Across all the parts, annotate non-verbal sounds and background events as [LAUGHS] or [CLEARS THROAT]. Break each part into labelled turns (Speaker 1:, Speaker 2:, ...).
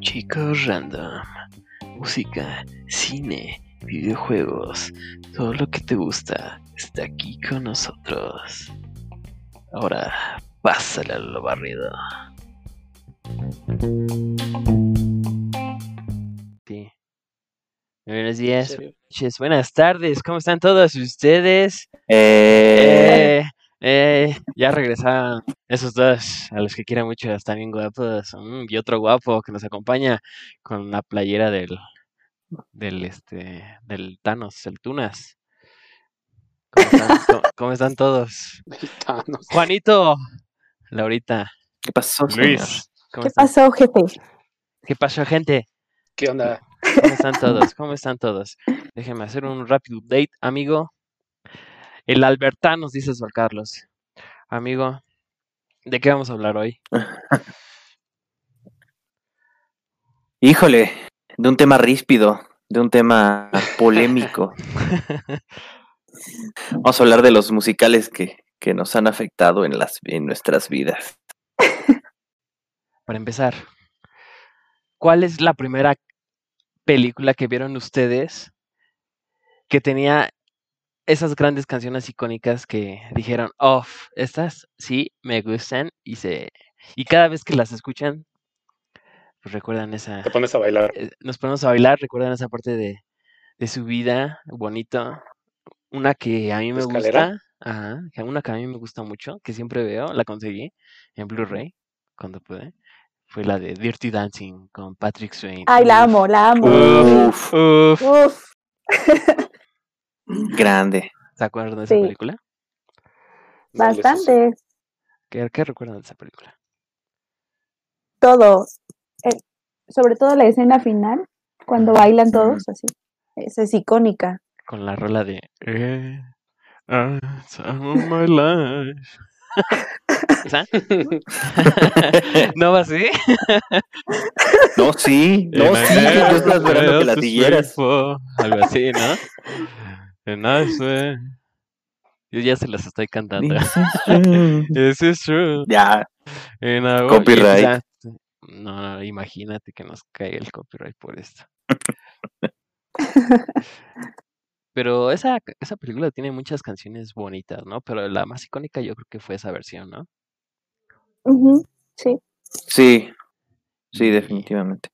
Speaker 1: Chicos random, música, cine, videojuegos, todo lo que te gusta está aquí con nosotros. Ahora, pásale a lo barrido.
Speaker 2: Sí. Buenos días, noches, buenas tardes, ¿cómo están todos ustedes? Eh, eh, ya regresaron esos dos, a los que quieran mucho, están bien guapos. Mm, y otro guapo que nos acompaña con la playera del, del, este, del Thanos, el Tunas. ¿Cómo están, ¿Cómo- cómo están todos?
Speaker 3: Thanos.
Speaker 2: Juanito, Laurita,
Speaker 1: ¿Qué pasó,
Speaker 2: Luis, ¿cómo
Speaker 4: ¿Qué
Speaker 2: están?
Speaker 4: pasó, jefe?
Speaker 2: ¿Qué pasó, gente?
Speaker 3: ¿Qué onda?
Speaker 2: ¿Cómo están todos? ¿Cómo están todos? Déjenme hacer un rápido update, amigo. El Albertán nos dice Osvaldo Carlos. Amigo, ¿de qué vamos a hablar hoy?
Speaker 5: Híjole, de un tema ríspido, de un tema polémico. Vamos a hablar de los musicales que, que nos han afectado en, las, en nuestras vidas.
Speaker 2: Para empezar, ¿cuál es la primera película que vieron ustedes que tenía esas grandes canciones icónicas que dijeron, oh, estas sí me gustan y se y cada vez que las escuchan pues recuerdan esa
Speaker 3: Te pones a bailar.
Speaker 2: eh, nos ponemos a bailar, recuerdan esa parte de, de su vida, bonito. Una que a mí me
Speaker 3: escalera?
Speaker 2: gusta, ajá, que- una que a mí me gusta mucho, que siempre veo, la conseguí en Blu-ray cuando pude, fue la de Dirty Dancing con Patrick Swayze.
Speaker 4: Ay,
Speaker 2: Uf,
Speaker 4: la amo, la amo.
Speaker 5: Uf,
Speaker 2: Uf,
Speaker 4: Uf,
Speaker 5: grande.
Speaker 2: ¿se acuerdan de esa
Speaker 4: Sí.
Speaker 2: película?
Speaker 3: Dale, sí, sí.
Speaker 4: bastante.
Speaker 2: ¿Qué, qué recuerdan de esa película?
Speaker 4: Todo. Eh, sobre todo la escena final, cuando bailan todos así. Esa es icónica.
Speaker 2: Con la rola de "Eh, ah, Time of My Life. ¿Esa? ¿No va así?
Speaker 5: No, sí, no, sí, yo estaba esperando que la siguieras.
Speaker 2: Algo así, ¿no? And I swear. Yo ya se las estoy cantando. This is true.
Speaker 5: [LAUGHS] Ya,
Speaker 2: And I want- y, o
Speaker 5: Copyright.
Speaker 2: sea, No, no, imagínate que nos cae el copyright por esto. Pero esa, esa película tiene muchas canciones bonitas, ¿no? Pero la más icónica yo creo que fue esa versión, ¿no?
Speaker 4: Ujú, Sí.
Speaker 5: sí, sí,
Speaker 2: Y-
Speaker 5: definitivamente.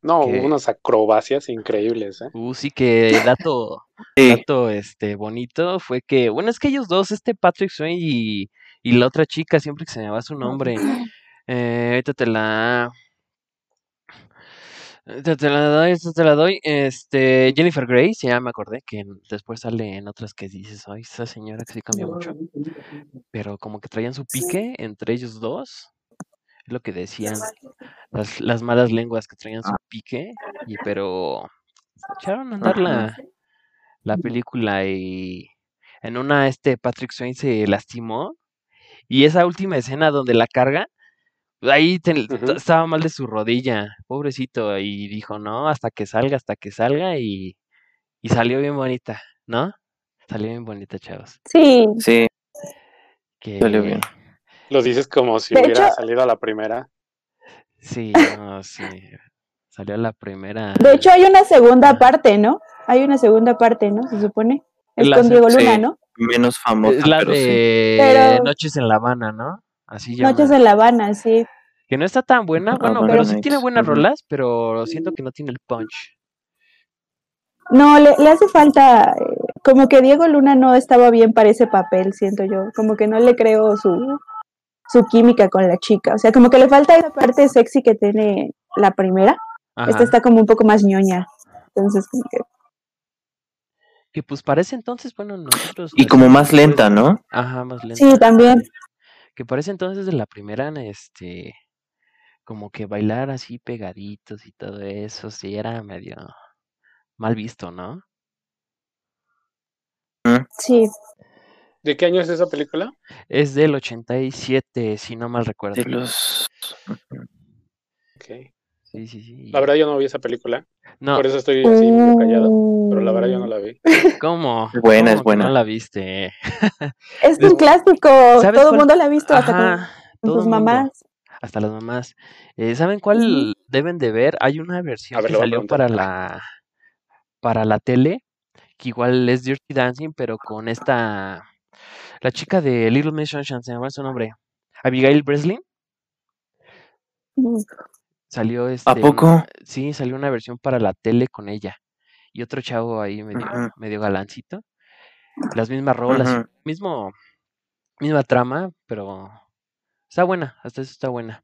Speaker 3: No,
Speaker 2: ¿Qué?
Speaker 3: hubo unas acrobacias increíbles, ¿eh?
Speaker 2: Uh, sí que dato,
Speaker 5: Sí,
Speaker 2: dato este bonito fue que, bueno, es que ellos dos, este Patrick Swayze y, y la otra chica, siempre que se me va su nombre. eh, ahorita te la. Ahorita te la doy, ahorita te la doy. Este, Jennifer Grace, ya me acordé que en- después sale en otras que dices, ay, esa señora que sí cambió mucho. Pero como que traían su pique entre ellos dos. Es lo que decían las, las malas lenguas que
Speaker 5: Ah.
Speaker 2: traían su pique. Y pero echaron a andar
Speaker 5: Ajá.
Speaker 2: la, la película y en una este Patrick Swayze se lastimó y esa última escena donde la carga ahí te-
Speaker 3: Ujú.
Speaker 2: estaba mal de su rodilla, pobrecito y dijo, "No, hasta que salga, hasta que salga" y y salió bien bonita, ¿no? Salió bien bonita, chavos.
Speaker 4: Sí.
Speaker 5: sí,
Speaker 2: Que
Speaker 5: Salió bien.
Speaker 3: Los dices como si
Speaker 4: De
Speaker 3: hubiera
Speaker 4: hecho-
Speaker 3: salido a la primera.
Speaker 2: Sí, no, sí. Salió la primera.
Speaker 4: De hecho, hay una segunda parte, ¿no? Hay una segunda parte, ¿no? Se supone. Es
Speaker 2: La
Speaker 4: con
Speaker 2: se-
Speaker 4: Diego Luna,
Speaker 5: sí.
Speaker 4: ¿no?
Speaker 5: menos famosa,
Speaker 2: es la
Speaker 5: pero sí.
Speaker 2: de
Speaker 4: Pero-
Speaker 2: Noches en La Habana, ¿no? Así llama.
Speaker 4: Noches en La Habana, sí.
Speaker 2: Que no está tan buena,
Speaker 5: Ah,
Speaker 2: bueno,
Speaker 5: bueno,
Speaker 2: pero sí tiene
Speaker 5: Nights,
Speaker 2: buenas
Speaker 5: ujú.
Speaker 2: rolas, pero siento que no tiene el punch.
Speaker 4: No, le, le hace falta, eh, como que Diego Luna no estaba bien para ese papel, siento yo, como que no le creo su, su química con la chica, o sea, como que le falta esa parte sexy que tiene la primera,
Speaker 2: Ajá.
Speaker 4: esta está como un poco más ñoña, entonces como que,
Speaker 2: Que pues parece entonces, bueno, nosotros.
Speaker 5: Y
Speaker 2: la
Speaker 5: como más
Speaker 2: escuchamos,
Speaker 5: lenta, ¿no?
Speaker 2: Ajá, más lenta.
Speaker 4: sí, también,
Speaker 2: Que parece entonces de la primera, este. Como que bailar así pegaditos y todo eso, sí, era medio mal visto, ¿no?
Speaker 4: sí,
Speaker 3: ¿De qué año es esa película?
Speaker 2: Es del 87, si no mal recuerdo.
Speaker 5: De los...
Speaker 3: Ok.
Speaker 2: Sí, sí, sí.
Speaker 3: La verdad yo no vi esa película.
Speaker 1: No,
Speaker 3: Por eso estoy así medio callado. Pero la verdad yo no la vi.
Speaker 1: ¿cómo?
Speaker 5: Es
Speaker 1: ¿Cómo
Speaker 5: buena, es
Speaker 1: que
Speaker 5: buena.
Speaker 1: No la viste.
Speaker 4: Es un clásico.
Speaker 1: ¿Sabes
Speaker 4: Todo
Speaker 1: cuál?
Speaker 4: el mundo la ha visto, hasta con-
Speaker 1: Ajá,
Speaker 4: con,
Speaker 1: todo
Speaker 4: sus
Speaker 1: mundo.
Speaker 4: mamás.
Speaker 1: Hasta las mamás. Eh, ¿Saben cuál deben de ver? Hay una versión
Speaker 3: A ver,
Speaker 1: que
Speaker 3: le voy a
Speaker 1: salió para
Speaker 3: preguntar.
Speaker 1: la para la tele, que igual es Dirty Dancing, pero con esta la chica de Little Miss Sunshine, se me va su nombre. Abigail Breslin salió este
Speaker 5: ¿A
Speaker 1: una-
Speaker 5: poco?
Speaker 1: sí, salió una versión para la tele con ella y otro chavo ahí medio,
Speaker 5: Ujú.
Speaker 1: medio galancito. Las mismas rolas,
Speaker 5: Ujú.
Speaker 1: mismo misma trama, pero está buena, hasta eso está buena.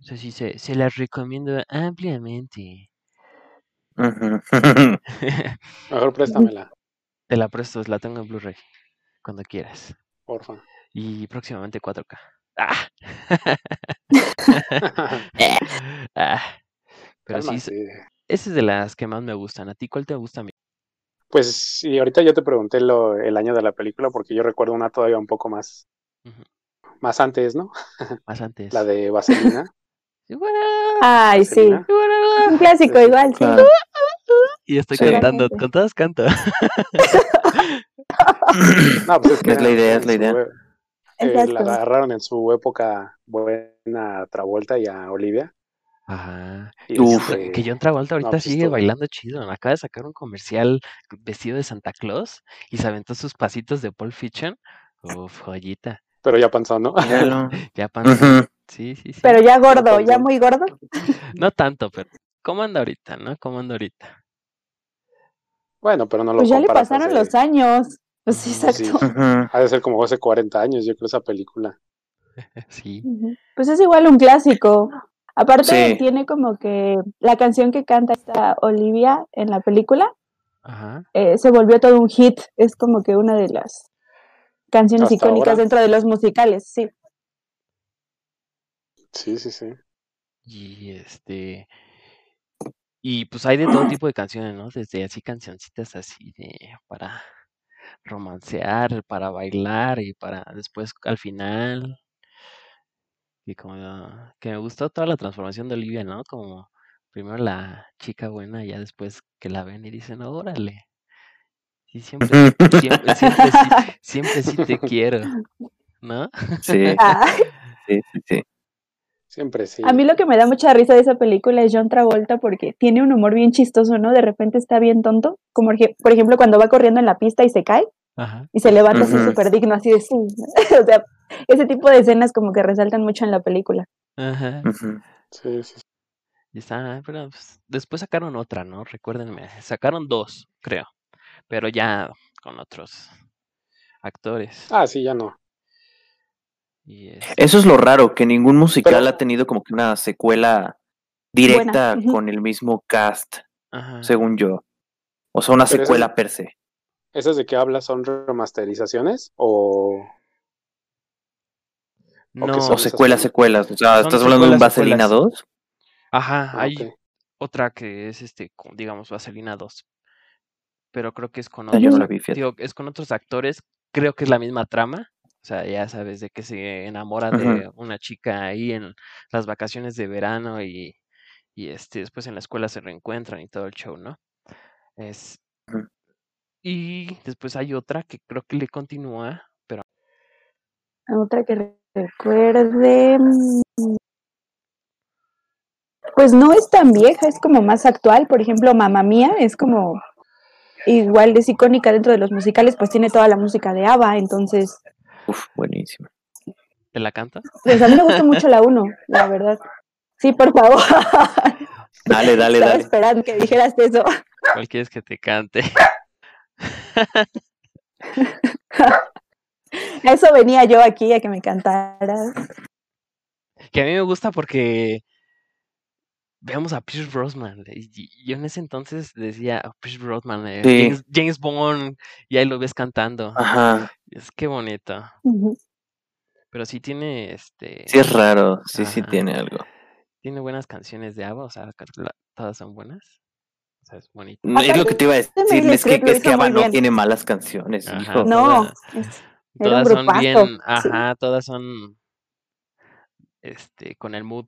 Speaker 1: O sea, sí, se, se las recomiendo
Speaker 2: [LAUGHS]
Speaker 1: ampliamente.
Speaker 4: [LAUGHS]
Speaker 5: Ujú.
Speaker 3: Mejor préstamela,
Speaker 1: Te la presto, la tengo en Blu-ray, cuando quieras.
Speaker 3: porfa.
Speaker 1: Y próximamente 4K.
Speaker 3: [LAUGHS]
Speaker 1: ¡Ah! [LAUGHS] Ah. Pero
Speaker 3: Calma,
Speaker 1: sí,
Speaker 3: sí.
Speaker 1: esa es de las que más me gustan. ¿A ti cuál te gusta? mi-
Speaker 3: Pues sí, ahorita yo te pregunté lo- el año de la película porque yo recuerdo una todavía un poco más.
Speaker 1: Ujú.
Speaker 3: Más antes, ¿no?
Speaker 1: Más antes.
Speaker 3: La de Vaselina.
Speaker 1: Iguala,
Speaker 4: Ay, sí.
Speaker 3: Vaselina.
Speaker 1: iguala.
Speaker 4: Un clásico
Speaker 3: Sí, sí,
Speaker 4: igual, sí. [LAUGHS]
Speaker 5: Claro.
Speaker 1: Y estoy
Speaker 5: Sí.
Speaker 1: cantando,
Speaker 4: Claramente.
Speaker 1: con todas canto.
Speaker 3: No, pues es que
Speaker 5: Es la idea, es la
Speaker 3: en su
Speaker 5: idea.
Speaker 3: e- eh,
Speaker 4: Exacto.
Speaker 3: la agarraron en su época buena a Travolta y a Olivia.
Speaker 1: Ajá.
Speaker 3: Y
Speaker 5: Uf,
Speaker 3: este,
Speaker 1: Ah, Que John Travolta ahorita
Speaker 3: pues,
Speaker 1: sigue
Speaker 3: todo.
Speaker 1: bailando chido. ¿no? Acaba de sacar un comercial vestido de Santa Claus y se aventó sus pasitos de Paul Fiction. Uf, joyita.
Speaker 3: Pero ya pensó, ¿no?
Speaker 5: Míralo.
Speaker 3: [LAUGHS]
Speaker 1: Ya pan.
Speaker 5: Ujú.
Speaker 1: Sí, sí, sí.
Speaker 4: Pero ya gordo,
Speaker 3: Entonces-
Speaker 4: ya muy gordo.
Speaker 1: No tanto, pero ¿cómo anda ahorita, no? ¿Cómo anda ahorita?
Speaker 3: Bueno, pero no lo
Speaker 4: Pues ya le
Speaker 3: comparas
Speaker 4: pasaron
Speaker 3: [LAUGHS] hace-
Speaker 4: los años. Pues sí,
Speaker 1: Ujú,
Speaker 3: sí.
Speaker 4: exacto.
Speaker 5: Ujú.
Speaker 3: Ha de ser como hace 40 años, yo creo, esa película.
Speaker 1: Eh, Sí.
Speaker 4: Ujú. Pues es igual un clásico. Aparte
Speaker 5: Sí.
Speaker 4: tiene como que la canción que canta esta Olivia en la película
Speaker 1: Ajá.
Speaker 4: eh, se volvió todo un hit. Es como que una de las canciones
Speaker 3: Hasta
Speaker 4: icónicas
Speaker 3: ahora.
Speaker 4: dentro de los musicales, sí.
Speaker 3: Sí, sí, sí.
Speaker 1: Y este. Y pues hay de todo tipo de canciones, ¿no? Desde así cancioncitas así de para romancear, para bailar y para después al final. Y como la- que me gustó toda la transformación de Olivia, ¿no? Como primero la chica buena, ya después que la ven y dicen, órale. Y siempre, siempre, siempre, sí, siempre sí [LAUGHS] te quiero, ¿no?
Speaker 5: Sí,
Speaker 4: [LAUGHS] Ah,
Speaker 5: sí, sí, sí.
Speaker 3: Siempre sí.
Speaker 4: a mí lo que me da mucha risa de esa película es John Travolta porque tiene un humor bien chistoso, ¿no? De repente está bien tonto, como orje- por ejemplo cuando va corriendo en la pista y se cae
Speaker 1: Ajá.
Speaker 4: y se levanta así
Speaker 5: Ujú.
Speaker 4: súper digno, así de sí. [LAUGHS] o sea, ese tipo de escenas como que resaltan mucho en la película.
Speaker 1: Ajá.
Speaker 5: Ujú.
Speaker 3: Sí, sí, sí.
Speaker 1: Y está, pero pues, después sacaron otra, ¿no? Recuérdenme, sacaron dos, creo, pero ya con otros actores.
Speaker 3: Ah, sí, ya no.
Speaker 1: Y este, es-
Speaker 5: Eso es lo raro, que ningún musical
Speaker 3: Pero-
Speaker 5: ha tenido como que una secuela directa
Speaker 4: Buena, ujú.
Speaker 5: con el mismo cast,
Speaker 1: ajá.
Speaker 5: según yo. O sea, una
Speaker 3: Pero eso-
Speaker 5: secuela per se.
Speaker 3: ¿Esas de qué hablas son remasterizaciones o, o qué
Speaker 1: No,
Speaker 5: O
Speaker 3: son? esas
Speaker 5: secuelas,
Speaker 3: películas?
Speaker 5: secuelas. O sea,
Speaker 1: Son
Speaker 5: ¿estás hablando de un
Speaker 1: secuelas, secuelas.
Speaker 5: Vaselina 2?
Speaker 1: ajá,
Speaker 3: Ah,
Speaker 1: hay
Speaker 3: ok.
Speaker 1: otra que es este, co- digamos, Vaselina 2. Pero creo que es con
Speaker 5: Ah, yo no
Speaker 1: otros,
Speaker 5: la
Speaker 1: ac-
Speaker 5: vi, fíjate.
Speaker 1: pues, digo, es con otros actores, creo que es la misma trama. O sea, ya sabes de que se enamora
Speaker 5: Ujú.
Speaker 1: de una chica ahí en las vacaciones de verano y, y este, después en la escuela se reencuentran y todo el show, ¿no? Es,
Speaker 5: Ujú.
Speaker 1: Y después hay otra que creo que le continúa, pero
Speaker 4: Otra que recuerde. mm, Pues no es tan vieja, es como más actual. Por ejemplo, Mamma Mía es como igual es icónica dentro de los musicales, pues tiene toda la música de ABBA. Entonces,
Speaker 5: Uf, buenísimo.
Speaker 1: te la canta.
Speaker 4: pues a mí me gusta mucho la 1, la verdad. Sí, por favor. [LAUGHS]
Speaker 1: [LAUGHS]
Speaker 5: Dale, dale,
Speaker 4: Estaba
Speaker 5: dale.
Speaker 4: esperando que dijeras eso.
Speaker 1: ¿Cuál quieres que te cante? [LAUGHS]
Speaker 4: A eso venía yo aquí, a que me cantaras.
Speaker 1: Que a mí me gusta porque veamos a Pierce Brosnan. y- y Yo en ese entonces decía, "Ah, Pierce Brosnan, eh,
Speaker 5: Sí.
Speaker 1: James, James Bond, y ahí lo ves cantando.
Speaker 5: Ajá.
Speaker 1: Es que bonito.
Speaker 4: Ujú.
Speaker 1: Pero sí tiene, este,
Speaker 5: Sí, es raro. Sí, sí,
Speaker 1: Ajá.
Speaker 5: tiene algo.
Speaker 1: tiene buenas canciones de ABBA, o sea, ca- la- todas son buenas. O sea, es bonito.
Speaker 5: No, es lo que te iba a
Speaker 4: Aparte,
Speaker 5: decir.
Speaker 4: Meryl
Speaker 5: Es que,
Speaker 4: Streep lo
Speaker 5: es que
Speaker 4: hizo
Speaker 5: ABBA
Speaker 4: muy
Speaker 5: no
Speaker 4: bien.
Speaker 5: tiene malas canciones,
Speaker 1: Ajá.
Speaker 5: hijo.
Speaker 4: No,
Speaker 1: todas-
Speaker 4: es- era un
Speaker 1: Todas son
Speaker 4: grupazo,
Speaker 1: bien,
Speaker 4: sí.
Speaker 1: ajá, todas son este, con el mood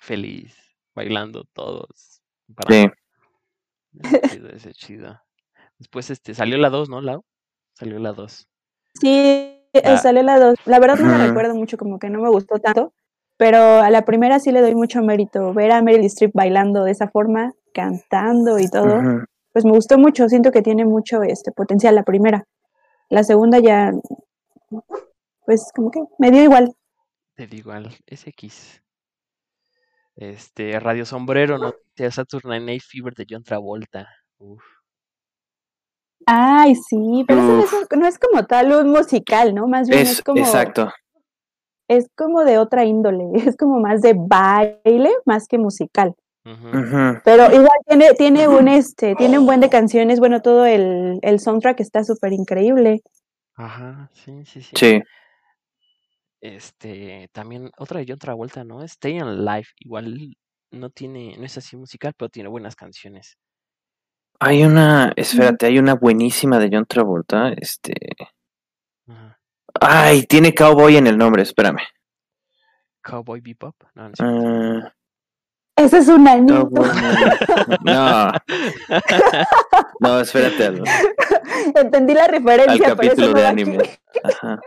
Speaker 1: feliz, bailando todos,
Speaker 2: Para... Sí. Ese chido, ese chido. Después este, salió la 2, ¿no, Lau? Salió la 2.
Speaker 4: Sí, ah. salió la 2. La verdad no me recuerdo mucho, como que no me gustó tanto. Pero a la primera sí le doy mucho mérito. Ver a Meryl Streep bailando de esa forma, cantando y todo, uh -huh. pues me gustó mucho. Siento que tiene mucho este potencial la primera. La segunda ya, pues como que me dio igual.
Speaker 2: Te dio igual, es X. Este, Radio Sombrero, ¿no? Saturday Night Fever de John Travolta. Uf.
Speaker 4: Ay, sí, pero no es, no es como tal un musical, ¿no? Más bien es, es como.
Speaker 5: Exacto.
Speaker 4: Es como de otra índole, [LAUGHS] es como más de baile más que musical. Uh
Speaker 5: Mm.
Speaker 4: -huh. Pero igual tiene, tiene uh -huh. un este, tiene un buen de canciones, bueno, todo el, el soundtrack está súper increíble.
Speaker 2: Ajá, sí, sí, sí.
Speaker 5: Sí.
Speaker 2: Este, también otra de John Travolta, ¿no? Stay Alive, igual no tiene, no es así musical, pero tiene buenas canciones.
Speaker 5: Hay una, espérate, hay una buenísima de John Travolta, este. Ajá. Ay, tiene cowboy en el nombre, espérame.
Speaker 2: Cowboy Bebop, no, no.
Speaker 4: Sé
Speaker 5: Ah,
Speaker 4: uh... Ese es un anito.
Speaker 5: [LAUGHS] No. No, espérate. Algo.
Speaker 4: [LAUGHS] Entendí la referencia.
Speaker 5: Al capítulo pero de anime. Ajá.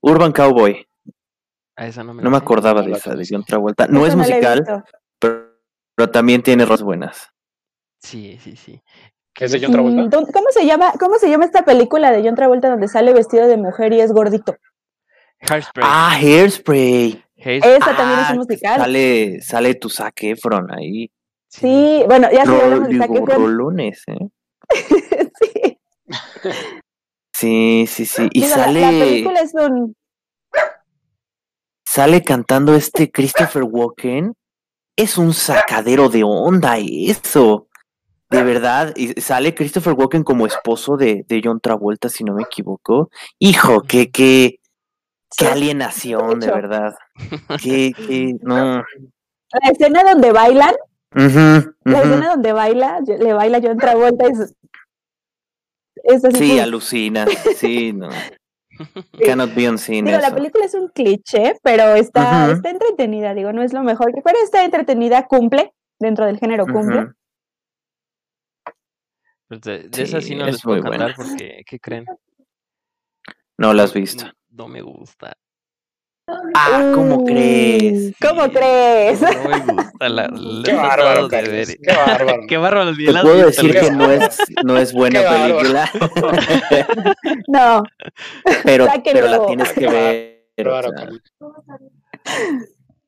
Speaker 5: Urban Cowboy.
Speaker 2: A esa no me,
Speaker 5: no me acordaba de esa, de John Travolta. [LAUGHS] No es musical, pero, pero, también tiene rolas buenas.
Speaker 2: Sí, sí, sí.
Speaker 3: ¿Qué es de John Travolta?
Speaker 4: Mm, ¿Cómo se, llama, ¿Cómo se llama esta película de John Travolta donde sale vestido de mujer y es gordito?
Speaker 2: Hairspray.
Speaker 5: Ah, Hairspray.
Speaker 4: Esa ah, también es un musical.
Speaker 5: Sale, sale tu Zac Efron ahí.
Speaker 4: Sí, bueno, ya se hablamos
Speaker 5: de Zac Efron. Rolones, ¿eh?
Speaker 4: [LAUGHS] sí.
Speaker 5: Sí, sí, sí. Y Digo, sale.
Speaker 4: La, la, película es un.
Speaker 5: Sale cantando este Christopher Walken. Es un sacadero de onda eso. De verdad, y sale Christopher Walken como esposo de, de John Travolta, si no me equivoco. Hijo, que, que, Qué alienación, de verdad. Qué, qué, no.
Speaker 4: La escena donde bailan,
Speaker 5: uh -huh, uh -huh.
Speaker 4: la escena donde baila, le baila John Travolta es.
Speaker 5: es así sí, como... alucina, sí,
Speaker 4: [LAUGHS]
Speaker 5: no. Sí. Cannot be unseen.
Speaker 4: Digo, eso. la película es un cliché, pero está, uh -huh. está entretenida, digo, no es lo mejor, pero está entretenida, cumple, dentro del género cumple.
Speaker 2: Pues de, de sí, esa sí no les puedo contar porque, ¿qué creen?
Speaker 5: No la has visto
Speaker 2: no me gusta.
Speaker 5: Ah, ¿cómo crees?
Speaker 4: ¿Cómo sí, crees?
Speaker 2: No me gusta la, la
Speaker 3: qué, bárbaro, de ver. qué bárbaro,
Speaker 2: qué bárbaro.
Speaker 5: Te puedo decir que no es, no es buena película.
Speaker 4: no.
Speaker 5: [LAUGHS] Pero, pero la tienes que ver.
Speaker 3: Bárbaro,
Speaker 2: [LAUGHS]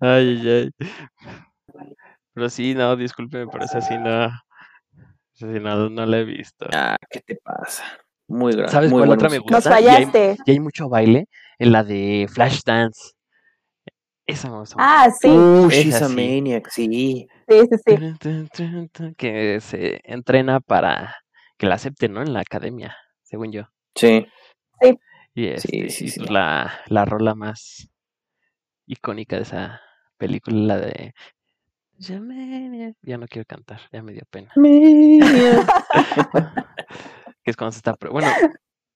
Speaker 2: ay, ay, ay. [LAUGHS] Pero sí, no, discúlpeme, pero esa sí no. Esa sí no, no la he visto.
Speaker 5: Ah, ¿qué te pasa? Muy grande.
Speaker 2: ¿Sabes
Speaker 5: muy
Speaker 2: cuál otra música? me gusta?
Speaker 4: Nos fallaste.
Speaker 2: Y hay, y hay, mucho baile en la de Flashdance. Esa me gusta.
Speaker 4: Ah, sí.
Speaker 5: Uh, she's a maniac, sí.
Speaker 4: Sí, sí, sí.
Speaker 2: Que se entrena para que la acepten, ¿no? En la academia, según yo.
Speaker 5: Sí.
Speaker 4: Sí.
Speaker 2: Y este, sí, sí, sí. La, la rola más icónica de esa película, la de ya, me, ya no quiero cantar, ya me dio pena. que es cuando se está. Bueno,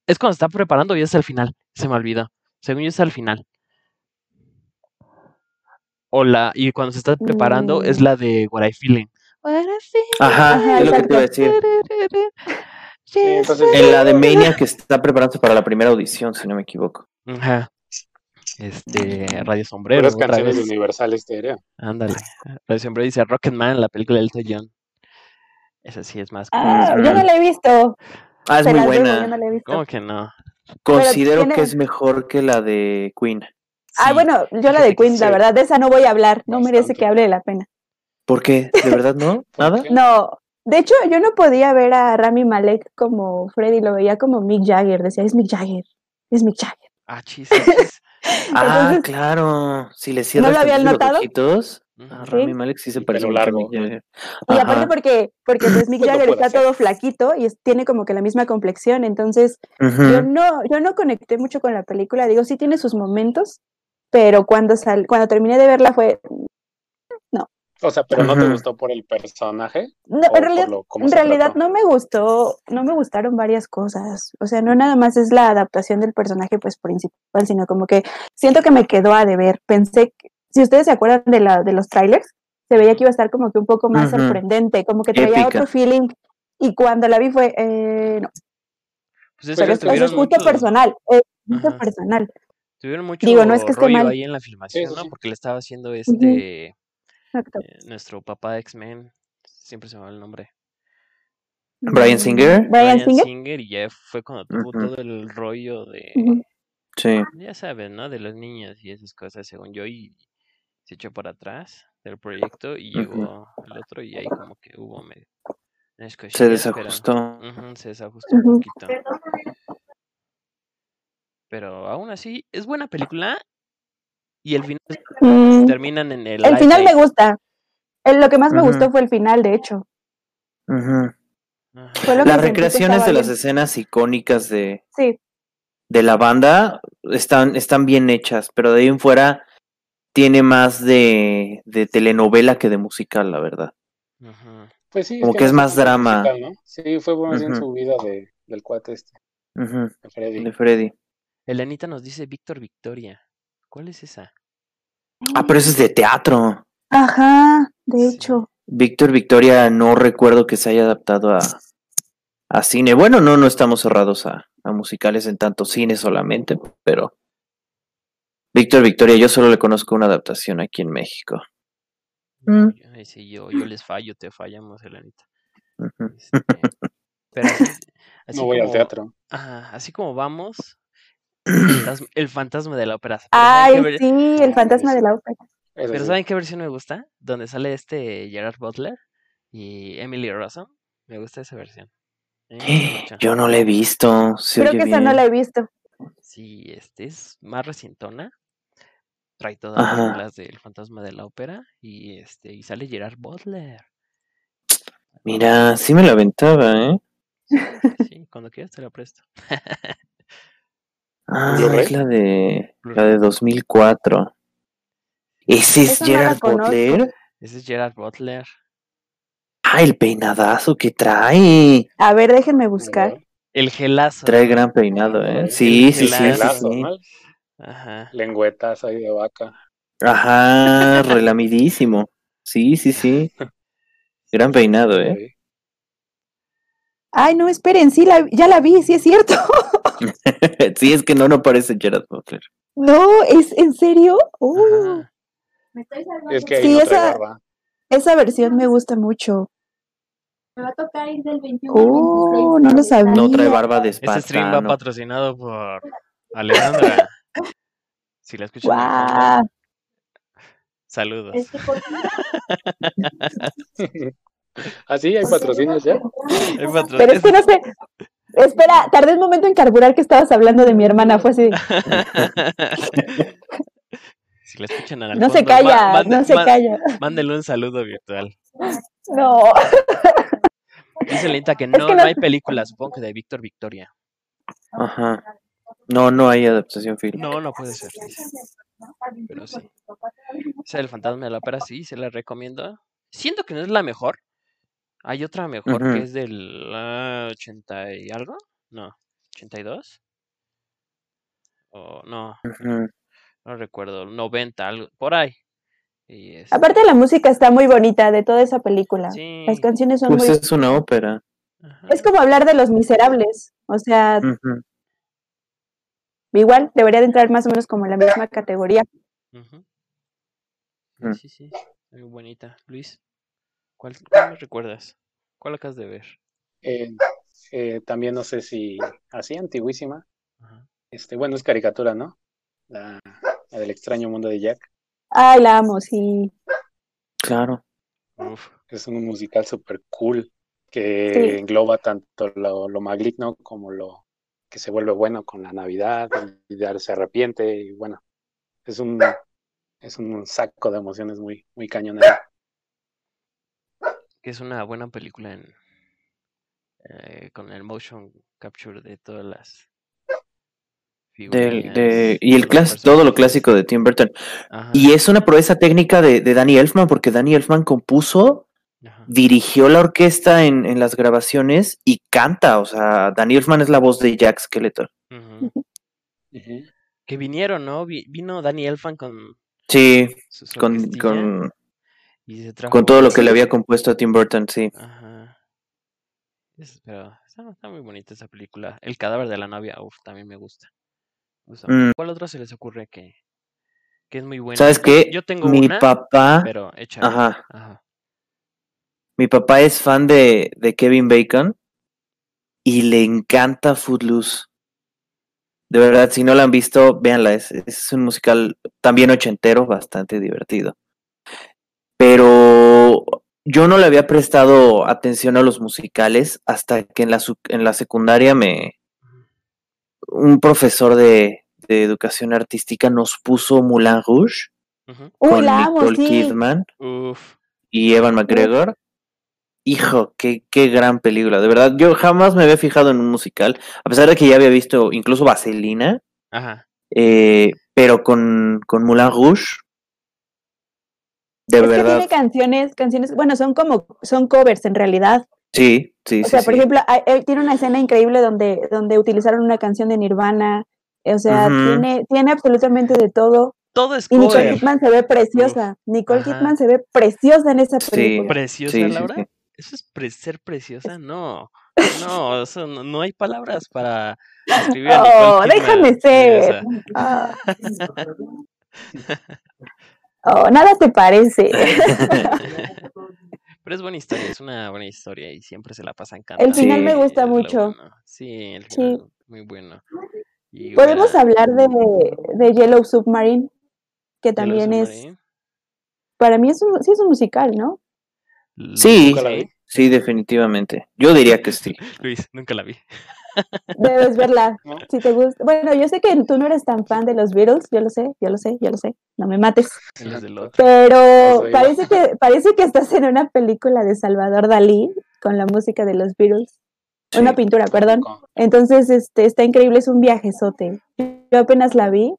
Speaker 2: es cuando se está preparando y es el final. Se me olvidó. Según yo, es al final. O la, y cuando se está preparando mm. es la de What I Feeling. What I
Speaker 5: feeling. Ajá, Ajá, es lo que te iba a decir. Sí, entonces... En la de Mania que está preparándose para la primera audición, si no me equivoco.
Speaker 2: Ajá este Radio Sombrero. Las
Speaker 3: canciones de Universal Estéreo.
Speaker 2: Ándale. Radio Sombrero dice Rocketman, la película del Toyón. Esa sí es más.
Speaker 4: Ah, yo no la he visto.
Speaker 5: Ah, es Se muy buena.
Speaker 4: Digo, no he visto.
Speaker 2: ¿Cómo que no?
Speaker 5: Considero tiene... que es mejor que la de Queen.
Speaker 4: Sí. Ah, bueno, yo la de Queen, la verdad, de esa no voy a hablar. No Bastante. merece que hable de la pena.
Speaker 5: ¿Por qué? ¿De verdad no? ¿Nada?
Speaker 4: no. De hecho, yo no podía ver a Rami Malek como Freddy, lo veía como Mick Jagger. Decía, es Mick Jagger, es Mick Jagger.
Speaker 2: Ah, chis, chis.
Speaker 5: ah, Entonces, claro. Si le cierras
Speaker 4: ¿No lo habían notado?
Speaker 5: Ojitos, ah, Rami Malek sí se parece
Speaker 3: Pero largo.
Speaker 4: Y aparte porque, porque pues Mick Jagger no está hacer. todo flaquito y es, tiene como que la misma complexión. Entonces, uh -huh. yo no, yo no conecté mucho con la película. Digo, sí tiene sus momentos, pero cuando sal, cuando terminé de verla fue no.
Speaker 3: O sea, pero uh -huh. no te gustó por el personaje.
Speaker 4: No, en realidad, lo, en realidad no me gustó, no me gustaron varias cosas. O sea, no nada más es la adaptación del personaje pues principal, sino como que siento que me quedó a deber. Pensé, que, si ustedes se acuerdan de la de los trailers, se veía que iba a estar como que un poco más
Speaker 5: Ujú.
Speaker 4: sorprendente, como que traía
Speaker 5: Épica.
Speaker 4: otro feeling. Y cuando la vi fue, eh, no,
Speaker 2: Pues es
Speaker 3: Pero
Speaker 2: que
Speaker 3: es-
Speaker 4: eso es
Speaker 2: tuvieron
Speaker 4: gusto
Speaker 2: mucho-
Speaker 4: personal, es gusto
Speaker 5: Ajá.
Speaker 4: personal.
Speaker 2: Tuvieron mucho
Speaker 4: Digo, no es que esté
Speaker 2: rollo
Speaker 4: mal.
Speaker 2: ahí en la filmación,
Speaker 3: Eso
Speaker 2: ¿no?
Speaker 3: sí.
Speaker 2: Porque le estaba haciendo este
Speaker 4: Exacto.
Speaker 2: eh, nuestro papá de X-Men, siempre se me va el nombre.
Speaker 5: Bryan Singer.
Speaker 4: Mm, Bryan Singer.
Speaker 2: y ya fue cuando tuvo
Speaker 5: Ujú.
Speaker 2: todo el rollo de
Speaker 4: Ujú.
Speaker 5: Sí.
Speaker 2: ya sabes, ¿no? De los niños y esas cosas, según yo y se echó para atrás del proyecto y
Speaker 5: Ujú.
Speaker 2: llegó el otro y ahí como que hubo medio unas
Speaker 5: Se
Speaker 2: cosillas, pero-
Speaker 5: desajustó.
Speaker 2: Ujú, se desajustó un
Speaker 4: Ujú.
Speaker 2: poquito. Pero aún así, es buena película. Y el final
Speaker 4: Mm,
Speaker 2: terminan en el.
Speaker 4: El
Speaker 2: ice
Speaker 4: final me
Speaker 2: age.
Speaker 4: gusta. El- lo que más me
Speaker 5: Ujú.
Speaker 4: gustó fue el final, de hecho.
Speaker 5: Ujú.
Speaker 2: Ajá.
Speaker 4: Fue lo que
Speaker 5: Las
Speaker 4: sentí que
Speaker 5: recreaciones
Speaker 4: estaba
Speaker 5: de las
Speaker 4: bien.
Speaker 5: escenas icónicas de,
Speaker 4: Sí,
Speaker 5: de la banda están, están bien hechas, pero de ahí en fuera tiene más de, de telenovela que de musical, la verdad.
Speaker 2: Ujú.
Speaker 3: Pues sí,
Speaker 5: Como que es
Speaker 3: no fue
Speaker 5: más
Speaker 3: tanto
Speaker 5: drama.
Speaker 3: musical, ¿no? Sí, fue más bien
Speaker 5: Ujú.
Speaker 3: su vida de, del cuate este,
Speaker 5: Ujú,
Speaker 3: de Freddy.
Speaker 5: De Freddy.
Speaker 2: Elenita nos dice Víctor Victoria. ¿Cuál es esa?
Speaker 5: Ah, pero eso es de teatro.
Speaker 4: ajá, de
Speaker 2: Sí.
Speaker 4: hecho.
Speaker 5: Víctor Victoria, no recuerdo que se haya adaptado a, a cine. Bueno, no, no estamos cerrados a, a musicales en tanto cine solamente, pero. Víctor Victoria, yo solo le conozco una adaptación aquí en México.
Speaker 2: No,
Speaker 5: Mm.
Speaker 2: yo- ahí sí, yo, yo les fallo, te fallamos, Elenita.
Speaker 5: Ujú.
Speaker 2: Este, pero así, así
Speaker 3: No voy al
Speaker 2: como-
Speaker 3: teatro.
Speaker 2: ajá, así como vamos, fantasma- el fantasma de la ópera. Pero ¿saben qué
Speaker 4: Ay,
Speaker 2: ver- Ah,
Speaker 4: sí, el fantasma de la ópera.
Speaker 3: Eso
Speaker 2: Pero
Speaker 3: sí.
Speaker 2: ¿saben qué versión me gusta? Donde sale este Gerard Butler y Emily Rossum. Me gusta esa versión. A mí me gusta mucho.
Speaker 5: Yo no la he visto. se
Speaker 4: Creo
Speaker 5: oye
Speaker 4: que esa no
Speaker 5: bien.
Speaker 4: la he visto.
Speaker 2: Sí, este es más recientona. Trae todas
Speaker 5: Ajá.
Speaker 2: las las del fantasma de la ópera y este y sale Gerard Butler.
Speaker 5: Mira, sí me la aventaba, ¿eh?
Speaker 2: Sí, cuando quieras te la presto.
Speaker 5: Ah,
Speaker 3: Blu-ray?
Speaker 5: es la de la de 2004. Ese es
Speaker 4: Esa no la
Speaker 5: Gerard
Speaker 4: conozco.
Speaker 5: Butler.
Speaker 2: Ese es Gerard Butler.
Speaker 5: Ah, el peinadazo que trae.
Speaker 4: A ver, déjenme
Speaker 3: A
Speaker 4: buscar.
Speaker 3: ver,
Speaker 2: El gelazo.
Speaker 5: Trae gran peinado,
Speaker 3: Ah,
Speaker 5: ¿eh?
Speaker 3: órale.
Speaker 5: Sí, sí, sí, sí,
Speaker 2: Gelazo.
Speaker 3: Helado,
Speaker 5: sí.
Speaker 3: ¿no?
Speaker 2: Ajá.
Speaker 3: Lengüetas ahí de vaca.
Speaker 5: Ajá, relamidísimo. Sí, sí, sí. Gran peinado, ¿eh? [LAUGHS]
Speaker 3: Sí.
Speaker 4: Ay, no, esperen, sí, la- ya la vi, sí es cierto. [LAUGHS]
Speaker 5: Sí, es que no, no parece Gerard Butler.
Speaker 4: No, es en serio. Uh,
Speaker 2: Ajá.
Speaker 3: Es que ahí
Speaker 4: Sí,
Speaker 3: no trae
Speaker 4: esa-
Speaker 3: barba.
Speaker 4: esa versión
Speaker 2: Ah,
Speaker 4: me gusta mucho.
Speaker 6: Me va a tocar ir del 21
Speaker 4: Oh,
Speaker 6: al
Speaker 4: no
Speaker 6: 26
Speaker 4: lo
Speaker 6: de abril.
Speaker 5: No trae
Speaker 4: Mira.
Speaker 5: barba de
Speaker 2: Este stream va
Speaker 5: espartano.
Speaker 2: patrocinado por
Speaker 4: [LAUGHS]
Speaker 2: Alejandra. Si la escuchan en el fondo,
Speaker 4: Guau.
Speaker 2: saludos.
Speaker 6: Es que por fin
Speaker 3: [LAUGHS] Así hay patrocinios ya.
Speaker 6: [LAUGHS]
Speaker 2: Hay patro-
Speaker 4: Pero es que no sé. Espera, tardé un momento en carburar que estabas hablando de mi hermana. Fue así.
Speaker 2: [LAUGHS]
Speaker 4: de,
Speaker 2: si la escuchan en el
Speaker 4: No se
Speaker 2: fondo, ma-
Speaker 4: calla,
Speaker 2: mande-
Speaker 4: no se
Speaker 2: ma-
Speaker 4: calla.
Speaker 2: Mándenle un saludo virtual.
Speaker 4: No.
Speaker 2: Dice Lenta que no,
Speaker 4: que
Speaker 2: no,
Speaker 4: no-
Speaker 2: hay película, supongo que de Víctor Victoria.
Speaker 5: Ajá. No, no hay adaptación film.
Speaker 2: No, no puede ser, dice. Pero sí. Esa del fantasma de la ópera, sí, se la recomiendo. Siento que no es la mejor. Hay otra mejor
Speaker 5: Ujú.
Speaker 2: que es del ah, 80 y algo. No, 82. O no,
Speaker 5: Ujú.
Speaker 2: no recuerdo. 90, algo, por ahí. Y es-
Speaker 4: Aparte la música está muy bonita de toda esa película.
Speaker 2: sí,
Speaker 4: Las canciones son
Speaker 5: Pues
Speaker 4: muy...
Speaker 5: es una ópera.
Speaker 2: ajá.
Speaker 4: Es como hablar de los miserables. O sea,
Speaker 5: Ujú.
Speaker 2: Mm.
Speaker 4: igual debería de entrar más o menos como en la misma categoría.
Speaker 2: Ujú.
Speaker 5: Mm.
Speaker 2: Sí, sí, sí. Muy bonita. Luis, ¿cuál, cuál me recuerdas? ¿Cuál acabas de ver?
Speaker 3: Eh, eh, también no sé si así, antiguísima.
Speaker 2: Ajá.
Speaker 3: Este, bueno, es caricatura, ¿no? La, la del extraño mundo de Jack.
Speaker 4: Ay, la amo, sí.
Speaker 5: Claro.
Speaker 2: Uf.
Speaker 3: Es un musical súper cool que
Speaker 4: Sí.
Speaker 3: engloba tanto lo, lo maligno como lo que se vuelve bueno con la Navidad y dar- se arrepiente. Y bueno, es un, es un saco de emociones muy, muy cañonero.
Speaker 2: que es una buena película en eh, con el motion capture de todas las
Speaker 5: Del,
Speaker 2: figuras
Speaker 5: de, y el clas- todo lo clásico de Tim Burton.
Speaker 2: Ajá,
Speaker 5: Y es una proeza técnica de, de Danny Elfman, porque Danny Elfman compuso,
Speaker 2: ajá.
Speaker 5: dirigió la orquesta en, en las grabaciones y canta. O sea, Danny Elfman es la voz de Jack Skeletor.
Speaker 2: Ujú.
Speaker 3: Ujú.
Speaker 2: Que vinieron, ¿no? Vi- vino Danny Elfan con
Speaker 5: Sí,
Speaker 2: su, su
Speaker 5: con,
Speaker 2: orquestilla
Speaker 5: con
Speaker 2: Y se trajo
Speaker 5: Con todo lo que le había compuesto a Tim Burton, sí.
Speaker 2: Ajá. Es- pero está, está muy bonita esa película. El cadáver de la novia, uff, también me gusta. Me gusta mucho.
Speaker 5: Mm.
Speaker 2: ¿Cuál otro se les ocurre que, que es muy buena?
Speaker 5: ¿Sabes qué?
Speaker 2: Yo tengo
Speaker 5: Mi
Speaker 2: una,
Speaker 5: papá,
Speaker 2: pero hecha.
Speaker 5: ajá,
Speaker 2: Ajá.
Speaker 5: mi papá es fan de, de Kevin Bacon y le encanta Footloose. De verdad, si no la han visto, véanla. Es, es un musical también ochentero, bastante divertido. Pero yo no le había prestado atención a los musicales hasta que en la, sec- en la secundaria me... Un profesor de, de educación artística nos puso Moulin Rouge
Speaker 2: Ujú.
Speaker 4: Uy,
Speaker 5: con
Speaker 4: la amo,
Speaker 5: Nicole
Speaker 4: sí.
Speaker 5: Kidman
Speaker 2: Uf.
Speaker 5: y Evan McGregor. Hijo, qué, qué gran película. De verdad, yo jamás me había fijado en un musical, a pesar de que ya había visto incluso Vaselina,
Speaker 2: Ajá.
Speaker 5: eh, pero con, con Moulin Rouge. De
Speaker 4: es que
Speaker 5: verdad,
Speaker 4: tiene canciones, canciones, bueno, son como, son covers en realidad.
Speaker 5: sí, sí,
Speaker 4: O
Speaker 5: sí,
Speaker 4: sea, por
Speaker 5: sí.
Speaker 4: ejemplo, hay- él tiene una escena increíble donde, donde utilizaron una canción de Nirvana. O sea,
Speaker 5: Ujú.
Speaker 4: tiene, tiene absolutamente de todo.
Speaker 2: Todo es
Speaker 4: Y Nicole
Speaker 2: cover.
Speaker 4: Kidman se ve preciosa. Nicole
Speaker 2: Ajá.
Speaker 4: Kidman se ve preciosa en esa
Speaker 5: Sí.
Speaker 4: película.
Speaker 2: ¿Preciosa,
Speaker 5: Sí, sí,
Speaker 2: Laura?
Speaker 5: sí.
Speaker 2: ¿Eso es pre- ser preciosa? No. No, eso no, no hay palabras para describir a Nicole
Speaker 4: Oh,
Speaker 2: Kidman
Speaker 4: déjame ser.
Speaker 2: preciosa.
Speaker 4: Ah. [LAUGHS] Oh, nada te
Speaker 5: [LAUGHS]
Speaker 4: parece.
Speaker 2: Pero es buena historia, es una buena historia y siempre se la pasan
Speaker 4: El
Speaker 2: cantando.
Speaker 4: final me
Speaker 2: y
Speaker 4: gusta
Speaker 2: es lo
Speaker 4: mucho.
Speaker 2: bueno. Sí, el
Speaker 4: Sí.
Speaker 2: final es muy bueno. Y
Speaker 4: Podemos
Speaker 2: hubiera-
Speaker 4: hablar de, de Yellow Submarine,
Speaker 2: de
Speaker 4: que
Speaker 2: los
Speaker 4: también es,
Speaker 2: Submarine.
Speaker 4: para mí es un, sí es un musical, ¿no?
Speaker 5: Sí,
Speaker 2: Nunca la vi.
Speaker 5: sí, definitivamente. Yo diría que sí.
Speaker 2: Luis, nunca la vi. [LAUGHS]
Speaker 4: Debes verla,
Speaker 3: [LAUGHS] ¿No?
Speaker 4: si te gusta. Bueno, yo sé que tú no eres tan fan de los Beatles, yo lo sé, yo lo sé, yo lo sé, no me mates.
Speaker 2: Y los del otro.
Speaker 4: Pero
Speaker 3: Eso iba.
Speaker 4: parece que, parece que estás en una película de Salvador Dalí con la música de los Beatles. Una
Speaker 5: Sí.
Speaker 4: pintura, perdón.
Speaker 3: Con-
Speaker 4: Entonces, este, está increíble, es un viajezote. Yo apenas la vi,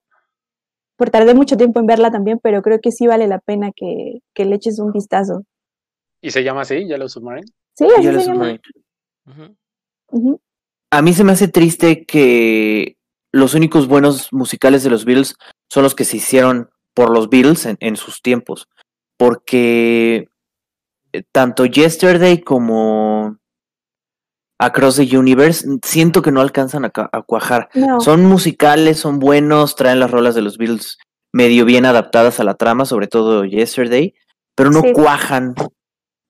Speaker 4: por tardé mucho tiempo en verla también, pero creo que sí vale la pena que, que le eches un vistazo.
Speaker 3: ¿Y se llama así, Yellow Submarine?
Speaker 4: Sí, así
Speaker 5: Yellow
Speaker 4: se llama.
Speaker 5: Submarine.
Speaker 2: Ujú.
Speaker 4: Ujú.
Speaker 5: A mí se me hace triste que los únicos buenos musicales de los Beatles son los que se hicieron por los Beatles en, en sus tiempos. Porque eh, tanto Yesterday como Across the Universe mm, siento que no alcanzan a, ca- a cuajar.
Speaker 4: No,
Speaker 5: Son musicales, son buenos, traen las rolas de los Beatles medio bien adaptadas a la trama, sobre todo Yesterday, pero no
Speaker 4: Sí.
Speaker 5: cuajan.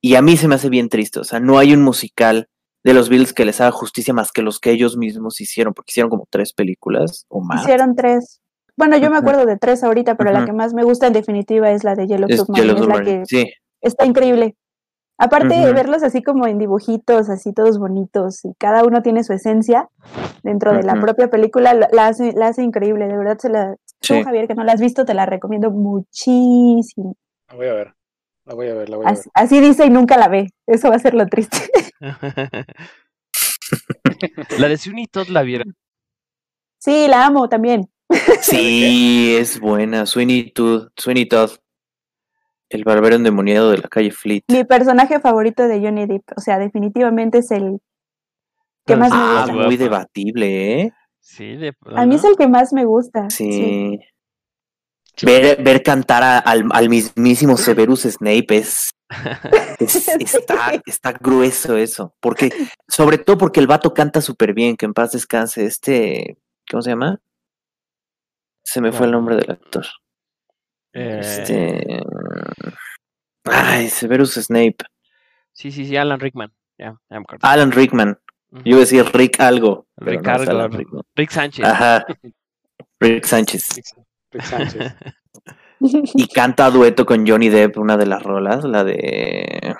Speaker 5: Y a mí se me hace bien triste. O sea, no hay un musical de los Beatles que les haga justicia más que los que ellos mismos hicieron, porque hicieron como tres películas o más.
Speaker 4: hicieron tres. Bueno, yo
Speaker 5: Ujú.
Speaker 4: me acuerdo de tres ahorita, pero la
Speaker 5: Ujú.
Speaker 4: que más me gusta en definitiva es la de Yellow
Speaker 5: Es
Speaker 4: Submarine,
Speaker 5: Yellow
Speaker 4: es la
Speaker 5: Submarine,
Speaker 4: que
Speaker 5: Sí,
Speaker 4: está increíble. Aparte de
Speaker 5: Ujú.
Speaker 4: verlos así como en dibujitos, así todos bonitos, y cada uno tiene su esencia dentro de la
Speaker 5: Ujú.
Speaker 4: propia película, la la hace, la hace increíble, de verdad se la... Tú,
Speaker 5: Sí.
Speaker 4: Javier, que no la has visto, te la recomiendo muchísimo.
Speaker 3: La voy a ver. La voy a ver, la voy a ver.
Speaker 4: Así, así dice y nunca la ve, eso va a ser lo triste. [LAUGHS]
Speaker 2: la de Sweeney Todd la vieron.
Speaker 4: sí, la amo también.
Speaker 5: Sí, es buena. Sweeney Todd, Sweeney Todd, el barbero endemoniado de la calle Fleet.
Speaker 4: Mi personaje favorito de Johnny Depp, o sea, definitivamente es el que
Speaker 2: No,
Speaker 4: más me
Speaker 5: Ah,
Speaker 4: gusta.
Speaker 5: muy
Speaker 2: guapa.
Speaker 5: debatible, ¿eh?
Speaker 2: Sí, de
Speaker 4: A mí es el que más me gusta.
Speaker 5: Sí. [LAUGHS]
Speaker 4: sí.
Speaker 5: Ver, ver cantar a- al, al mismísimo Severus Snape [LAUGHS] es, es- está,
Speaker 4: Sí.
Speaker 5: está grueso eso. Porque, sobre todo porque el vato canta súper bien, que en paz descanse. Este, ¿cómo se llama? Se me fue
Speaker 2: ¿Cuál?
Speaker 5: el nombre del actor.
Speaker 2: Eh,
Speaker 5: Este. Ay, Severus Snape.
Speaker 2: Sí, sí, sí, Alan Rickman. Ya, ya me acordé.
Speaker 5: Alan Rickman.
Speaker 2: Ujú.
Speaker 5: Ah, Yo Ah. iba a decir Rick algo. pero no, es
Speaker 2: Ricardo.
Speaker 5: Alan Rickman.
Speaker 2: Rick Sánchez.
Speaker 5: Ajá. Rick Sánchez.
Speaker 3: Rick Sa- Rick Sánchez.
Speaker 5: Y canta a dueto con Johnny Depp una de las rolas, la de.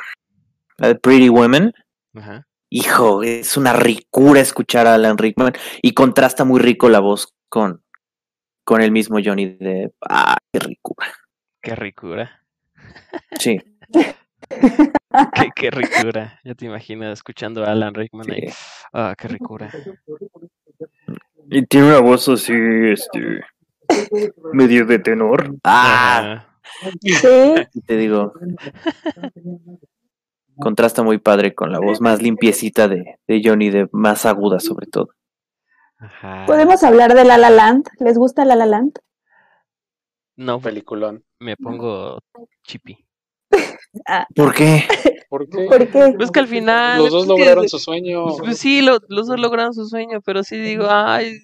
Speaker 5: La de Pretty Women.
Speaker 2: Ajá.
Speaker 5: Hijo, es una ricura escuchar a Alan Rickman y contrasta muy rico la voz con, con el mismo Johnny Depp. Ah, qué ricura.
Speaker 2: Qué ricura. [LAUGHS]
Speaker 5: Sí,
Speaker 2: Qué, qué ricura. Ya te imagino escuchando a Alan Rickman ahí.
Speaker 5: sí.
Speaker 2: Ah, qué ricura.
Speaker 5: Y tiene una voz así, este, medio de tenor. Ah,
Speaker 2: Ajá.
Speaker 4: Sí,
Speaker 5: y te digo. Contrasta muy padre con la voz más limpiecita de, de Johnny Depp, más aguda sobre todo.
Speaker 2: Ajá.
Speaker 4: podemos hablar de La La Land. ¿Les gusta La La Land?
Speaker 2: No,
Speaker 5: [LAUGHS]
Speaker 3: Peliculón.
Speaker 2: me pongo chippy.
Speaker 4: Ah,
Speaker 5: ¿Por qué?
Speaker 3: ¿Por qué?
Speaker 4: ¿Por qué?
Speaker 1: Pues que al final.
Speaker 3: Los dos
Speaker 1: pues,
Speaker 3: lograron su sueño.
Speaker 1: Pues sí, lo- los dos lograron su sueño, pero sí digo, ay,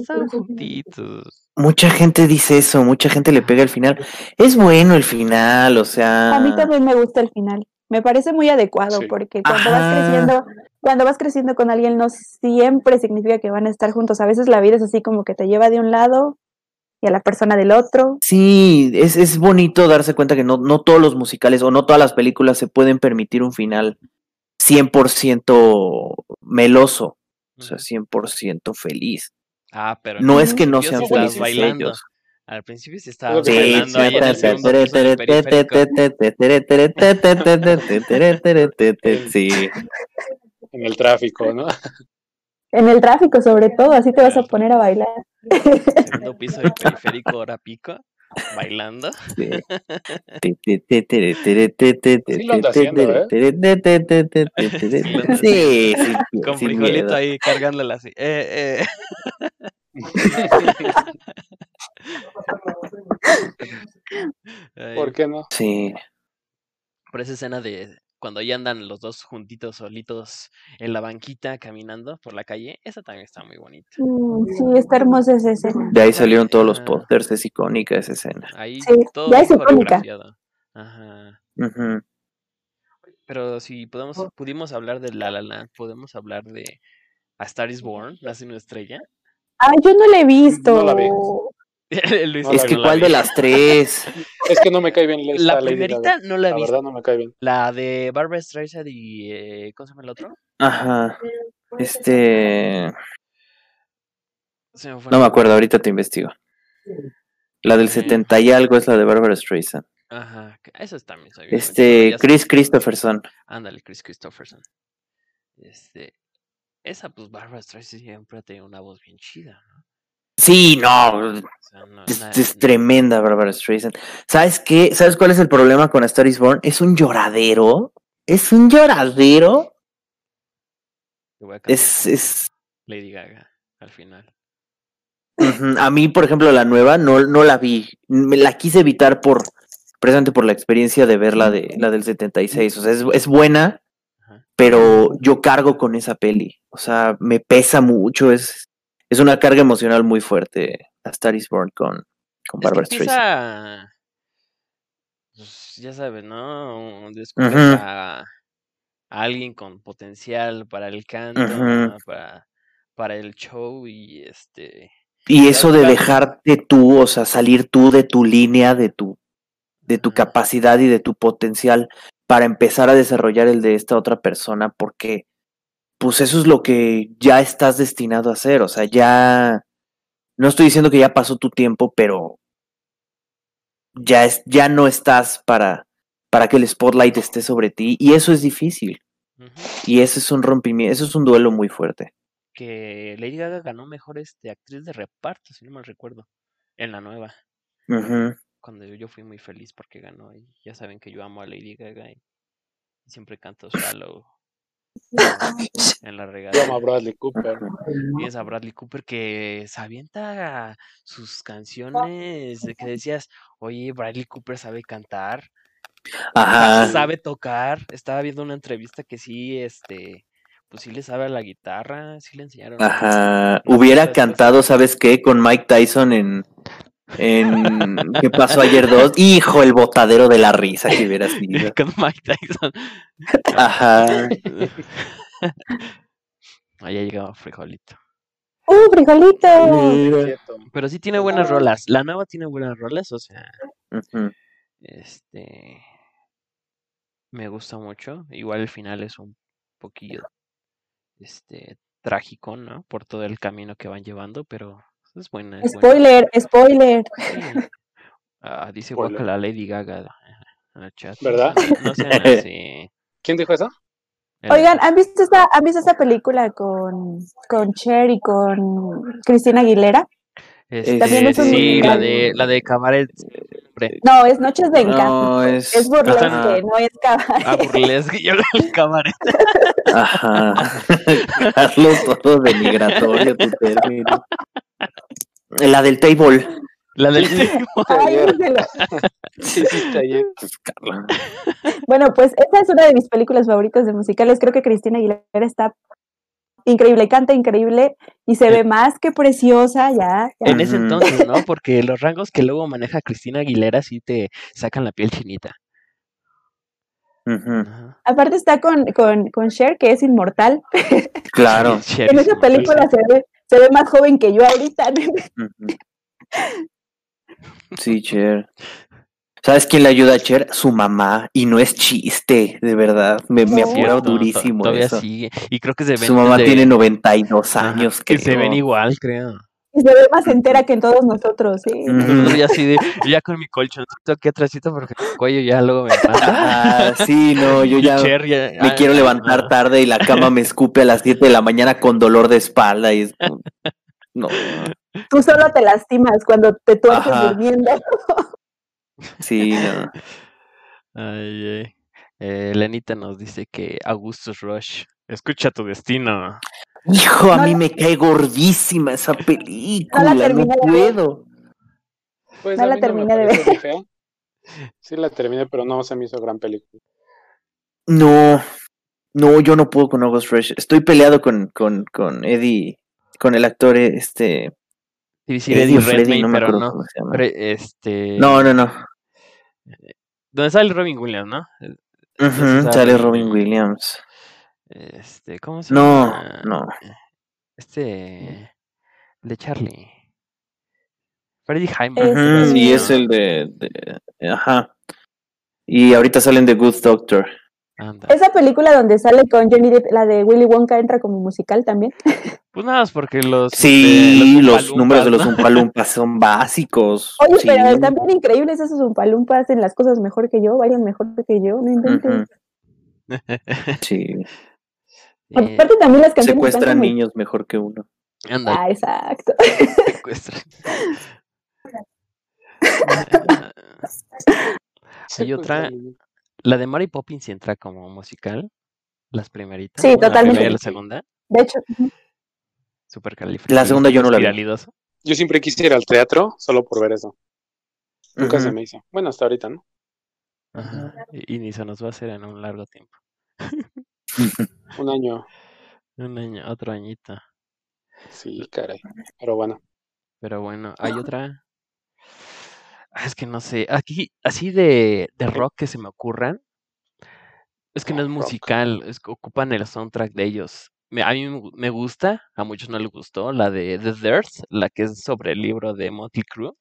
Speaker 1: estaban juntitos.
Speaker 5: Mucha gente dice eso, mucha gente le pega el final. Es bueno el final, o sea.
Speaker 4: A mí también me gusta el final. Me parece muy adecuado
Speaker 3: Sí.
Speaker 4: porque cuando
Speaker 5: Ajá.
Speaker 4: vas creciendo, cuando vas creciendo con alguien no siempre significa que van a estar juntos. A veces la vida es así como que te lleva de un lado y a la persona del otro.
Speaker 5: Sí, es, es bonito darse cuenta que no, no todos los musicales o no todas las películas se pueden permitir un final 100% meloso, o sea, 100% feliz.
Speaker 1: Ah, pero. al
Speaker 5: No es que
Speaker 1: principio
Speaker 5: no
Speaker 1: sí
Speaker 5: sean
Speaker 1: estabas
Speaker 5: felices
Speaker 1: bailando.
Speaker 5: ellos.
Speaker 1: Al principio sí
Speaker 3: lo
Speaker 1: estabas
Speaker 3: que
Speaker 5: Sí,
Speaker 1: bailando ahí en el segundo piso del periférico.
Speaker 5: sí.
Speaker 4: pues,
Speaker 3: En el tráfico, ¿no?
Speaker 4: En el tráfico, sobre todo, así te vas a poner a bailar.
Speaker 1: segundo piso del periférico hora pico, bailando.
Speaker 5: Sí.
Speaker 3: lo anda haciendo,
Speaker 5: Sí, sí,
Speaker 1: [LAUGHS] Con
Speaker 5: sin
Speaker 1: frijolito
Speaker 5: miedo.
Speaker 1: ahí cargándola así. Eh, [LAUGHS] eh. Ay,
Speaker 3: ¿Por qué no?
Speaker 5: Sí.
Speaker 1: por esa escena de cuando ya andan los dos juntitos solitos en la banquita caminando por la calle, esa también está muy bonita.
Speaker 4: Mm, Sí, está hermosa esa escena.
Speaker 5: De ahí salieron todos los
Speaker 1: Ah.
Speaker 5: pósters, es icónica esa escena.
Speaker 1: Ahí
Speaker 4: Sí,
Speaker 1: todo
Speaker 4: ya es
Speaker 1: bien
Speaker 4: icónica.
Speaker 1: coreografiado. Ajá.
Speaker 5: Ujú.
Speaker 1: Pero si podemos, pudimos hablar de La La Land, podemos hablar de A Star Is Born, Nace una [LAUGHS] estrella.
Speaker 4: Ah, yo no la he visto.
Speaker 3: No la vi.
Speaker 1: Luis
Speaker 3: No
Speaker 5: Es
Speaker 3: la
Speaker 5: que
Speaker 3: vi.
Speaker 5: cuál de las tres.
Speaker 3: Es que no me cae bien esta
Speaker 1: La
Speaker 3: Lady
Speaker 1: primerita
Speaker 3: Gaga.
Speaker 1: no la he
Speaker 3: La
Speaker 1: visto.
Speaker 3: verdad no me cae bien.
Speaker 1: La de Barbara Streisand y. eh, ¿Cómo se llama el otro?
Speaker 5: Ajá. Este.
Speaker 1: Se me fue el
Speaker 5: No me
Speaker 1: nombre.
Speaker 5: acuerdo, ahorita te investigo. La del 70 y algo es la de Barbara Streisand.
Speaker 1: Ajá, que- eso también está bien. bonito, pero
Speaker 5: Este,
Speaker 1: pues, ya sé-
Speaker 5: Chris Christopherson.
Speaker 1: Ándale, Chris Christopherson. Este. Esa, pues Barbara Streisand siempre ha tenido una voz bien chida, ¿no?
Speaker 5: Sí, no,
Speaker 1: O sea, no
Speaker 5: es,
Speaker 1: na-
Speaker 5: es
Speaker 1: n-
Speaker 5: tremenda Barbara Streisand. ¿Sabes qué? ¿Sabes cuál es el problema con A Star is Born? Es un lloradero. Es un lloradero.
Speaker 1: le voy a cambiar
Speaker 5: Es,
Speaker 1: por
Speaker 5: es,
Speaker 1: Lady Gaga al final.
Speaker 5: Ujú, A mí, por ejemplo, la nueva no, no la vi. Me la quise evitar por precisamente por la experiencia de ver la, de, la del 76. O sea, es, es buena,
Speaker 1: Ajá.
Speaker 5: pero yo cargo con esa peli. O sea, me pesa mucho. Es, es una carga emocional muy fuerte. A Star is Born con, con
Speaker 1: Es que
Speaker 5: Barbara Streisand.
Speaker 1: empieza. pues, ya sabes, ¿no? Descubres
Speaker 5: Ujú.
Speaker 1: a, a alguien con potencial para el canto,
Speaker 5: Ujú.
Speaker 1: para, para el show y este.
Speaker 5: Y eso de
Speaker 1: Claro.
Speaker 5: dejarte tú, o sea, salir tú de tu línea, de tu, de tu
Speaker 1: Ajá.
Speaker 5: capacidad y de tu potencial para empezar a desarrollar el de esta otra persona, porque pues eso es lo que ya estás destinado a hacer, o sea, ya no estoy diciendo que ya pasó tu tiempo, pero ya es ya no estás para para que el spotlight esté sobre ti y eso es difícil
Speaker 1: ujú.
Speaker 5: y eso es un rompimiento, eso es un duelo muy fuerte.
Speaker 1: que Lady Gaga ganó mejor este actriz de reparto, si no mal recuerdo, en la nueva,
Speaker 5: Ujú.
Speaker 1: cuando yo, yo fui muy feliz porque ganó y ya saben que yo amo a Lady Gaga y siempre canto Shallow en- en la
Speaker 3: Yo amo a
Speaker 1: regadera.
Speaker 3: Bradley Cooper.
Speaker 1: Tienes a Bradley Cooper que se avienta sus canciones de que decías, oye, Bradley Cooper sabe cantar, sa-
Speaker 5: Ajá.
Speaker 1: sabe tocar. Estaba viendo una entrevista que sí, este, pues sí le sabe a la guitarra, sí le enseñaron.
Speaker 5: Ah,
Speaker 1: [LAUGHS] unas-
Speaker 5: Ajá.
Speaker 1: unas
Speaker 5: Hubiera
Speaker 1: cuantas cosas.
Speaker 5: cantado, ¿sabes qué? Con Mike Tyson en. en ¿Qué pasó ayer dos? Hijo, el botadero de la risa que hubieras tenido.
Speaker 1: Con Mike Tyson. [LAUGHS]
Speaker 5: Ajá.
Speaker 1: Ahí ya llegaba frijolito.
Speaker 4: ¡Uh, frijolito!
Speaker 3: Cierto.
Speaker 1: Pero sí tiene buenas rolas. La nueva tiene buenas rolas, o sea,
Speaker 5: Ujú.
Speaker 1: este. Me gusta mucho. Igual el final es un poquillo. Este. Trágico, ¿no? Por todo el camino que van llevando, pero es buena. Es buena.
Speaker 4: Spoiler, spoiler.
Speaker 1: Sí. Ah, dice
Speaker 3: Spoiler.
Speaker 1: guaca la Lady Gaga ajá, en el chat. No
Speaker 3: ¿Verdad?
Speaker 1: sean- No
Speaker 2: [LAUGHS]
Speaker 1: sean así.
Speaker 3: ¿Quién dijo eso?
Speaker 1: el-
Speaker 4: Oigan, ¿han visto esta, ¿han visto esta película con, con Cher y con Cristina Aguilera?
Speaker 5: también
Speaker 1: Este,
Speaker 5: es un
Speaker 1: sí, la
Speaker 5: musical.
Speaker 1: de, la de Cabaret. hombre,
Speaker 4: No, es Noches de Encanto.
Speaker 5: No, es.
Speaker 4: Es burlesque,
Speaker 5: Ajá.
Speaker 4: no es cabaret. [LAUGHS]
Speaker 1: Ah, burlesque, yo el Cabaret.
Speaker 5: Ajá. Carlos, todo denigratorio tu término. La del table.
Speaker 2: [LAUGHS]
Speaker 1: La del [LAUGHS]
Speaker 4: Ay, díselo.
Speaker 3: Sí, sí, está bien.
Speaker 5: Carla.
Speaker 4: Bueno, pues esa es una de mis películas favoritas de musicales. Creo que Cristina Aguilera está increíble, canta increíble y se ve más que preciosa ya. ya.
Speaker 2: En ese
Speaker 5: Ujú.
Speaker 2: entonces, ¿no? Porque los rangos que luego maneja Cristina Aguilera sí te sacan la piel chinita.
Speaker 5: Ujú,
Speaker 2: Ajá.
Speaker 4: Aparte está con, con, con Cher, que es inmortal.
Speaker 5: Claro.
Speaker 2: [LAUGHS] Sí, Cher
Speaker 4: En
Speaker 2: es
Speaker 4: esa
Speaker 2: inmortal.
Speaker 4: película se ve, se ve más joven que yo ahorita. [LAUGHS]
Speaker 5: Ujú. Sí, Cher. ¿Sabes quién le ayuda a Cher? Su mamá. Y no es chiste, de verdad. Me, me
Speaker 4: No.
Speaker 5: apura
Speaker 2: Cierto, to-
Speaker 5: durísimo
Speaker 2: Todavía
Speaker 5: eso.
Speaker 2: sigue. Y creo que se ven.
Speaker 5: Su mamá
Speaker 2: de-
Speaker 5: tiene 92
Speaker 2: Ajá,
Speaker 5: años,
Speaker 2: que se ven
Speaker 5: creo.
Speaker 2: igual, creo.
Speaker 4: Y se ve más entera que en todos nosotros. Sí.
Speaker 5: Ujú.
Speaker 2: Nosotros ya así de, ya con mi colchoncito aquí atrásito porque el cuello ya luego
Speaker 5: [LAUGHS]
Speaker 2: me mata.
Speaker 5: Ah, sí, no, yo
Speaker 2: Y
Speaker 5: ya
Speaker 2: Cher ya-
Speaker 5: me
Speaker 2: ah,
Speaker 5: quiero
Speaker 2: ah,
Speaker 5: levantar
Speaker 2: ah.
Speaker 5: tarde y la cama me escupe a las 7 de la mañana con dolor de espalda y es... No,
Speaker 4: Tú solo te lastimas cuando te tuerces
Speaker 5: Ajá.
Speaker 4: durmiendo.
Speaker 5: sí, no.
Speaker 2: Ay, ay. Eh, Lenita nos dice que Augustus Rush. Escucha tu destino.
Speaker 5: Hijo, a
Speaker 4: No
Speaker 5: mí
Speaker 4: la-
Speaker 5: me cae gordísima esa película, no
Speaker 4: terminé de ver.
Speaker 5: puedo.
Speaker 3: [LAUGHS] Pues
Speaker 4: No
Speaker 3: a
Speaker 4: la
Speaker 3: mí no me
Speaker 4: terminé de
Speaker 3: pareció muy fea. Sí la terminé, pero no se me hizo gran película.
Speaker 5: No, no, yo no puedo con August Rush. Estoy peleado con, con, con Eddie, con el actor este...
Speaker 2: Sí, decir Eddie Redmayne,
Speaker 5: no me
Speaker 2: pero
Speaker 5: acuerdo
Speaker 2: no.
Speaker 5: cómo se llama.
Speaker 2: Pero, este.
Speaker 5: No, no, no.
Speaker 2: Donde sale Robin Williams, ¿no?
Speaker 5: Ujú,
Speaker 2: Entonces,
Speaker 5: sale
Speaker 2: Robin
Speaker 5: Robin
Speaker 2: Williams.
Speaker 5: Williams.
Speaker 2: Este, ¿cómo se
Speaker 5: No,
Speaker 2: llama?
Speaker 5: no.
Speaker 2: Este. De Charlie. Freddy Hyman.
Speaker 4: Este-
Speaker 2: algo
Speaker 5: Ujú,
Speaker 2: así,
Speaker 5: y
Speaker 4: Sí.
Speaker 5: es
Speaker 2: ¿no?
Speaker 5: el de, de- Ajá. Y ahorita salen The Good Doctor.
Speaker 2: Anda.
Speaker 4: Esa película donde sale con Johnny Depp, la de Willy Wonka, entra como musical también.
Speaker 2: Pues nada más porque los.
Speaker 5: Sí,
Speaker 2: este,
Speaker 5: los,
Speaker 2: Oompa
Speaker 5: números de los
Speaker 2: Loompas, ¿no? [LAUGHS]
Speaker 5: Umpalumpas son básicos.
Speaker 4: Oye,
Speaker 5: sí.
Speaker 4: pero están bien increíbles esos umpalumpas, hacen las cosas mejor que yo, bailan mejor que yo, no inventen.
Speaker 5: Ujú, sí.
Speaker 2: Eh,
Speaker 4: [LAUGHS] Aparte también las canciones están
Speaker 5: Secuestran
Speaker 4: como-
Speaker 5: niños mejor que uno.
Speaker 2: ándale. pues,
Speaker 4: Ah, exacto.
Speaker 2: secuestran.
Speaker 4: [LAUGHS]
Speaker 2: Ah, Hay
Speaker 3: pues,
Speaker 2: otra-
Speaker 3: Secuestrarlo.
Speaker 2: La de Mary Poppins sí entra como musical. Las primeritas.
Speaker 4: Sí,
Speaker 2: bueno, La
Speaker 4: totalmente.
Speaker 2: primera y la segunda.
Speaker 4: De hecho,
Speaker 2: Supercalifragilístico,
Speaker 5: La segunda yo no la vi.
Speaker 2: espiralidoso.
Speaker 3: Yo siempre quise ir al teatro solo por ver eso. Nunca se
Speaker 5: Ujú.
Speaker 3: me hizo. Bueno, hasta ahorita, ¿no?
Speaker 2: Ajá, Y, y ni se nos va a hacer en un largo tiempo.
Speaker 3: Un año.
Speaker 2: Un año, otro añito.
Speaker 3: Sí, caray. Pero bueno.
Speaker 2: Pero bueno, hay otra. Ah, Es que no sé. Aquí, así de, de rock que se me ocurran. Es
Speaker 4: Ah,
Speaker 2: que no es
Speaker 3: Rock.
Speaker 2: musical. Es que ocupan el soundtrack de ellos. Me- a mí me gu- me gusta. A muchos no les gustó. La de The Dirt. La que es sobre el libro de Motley Crue.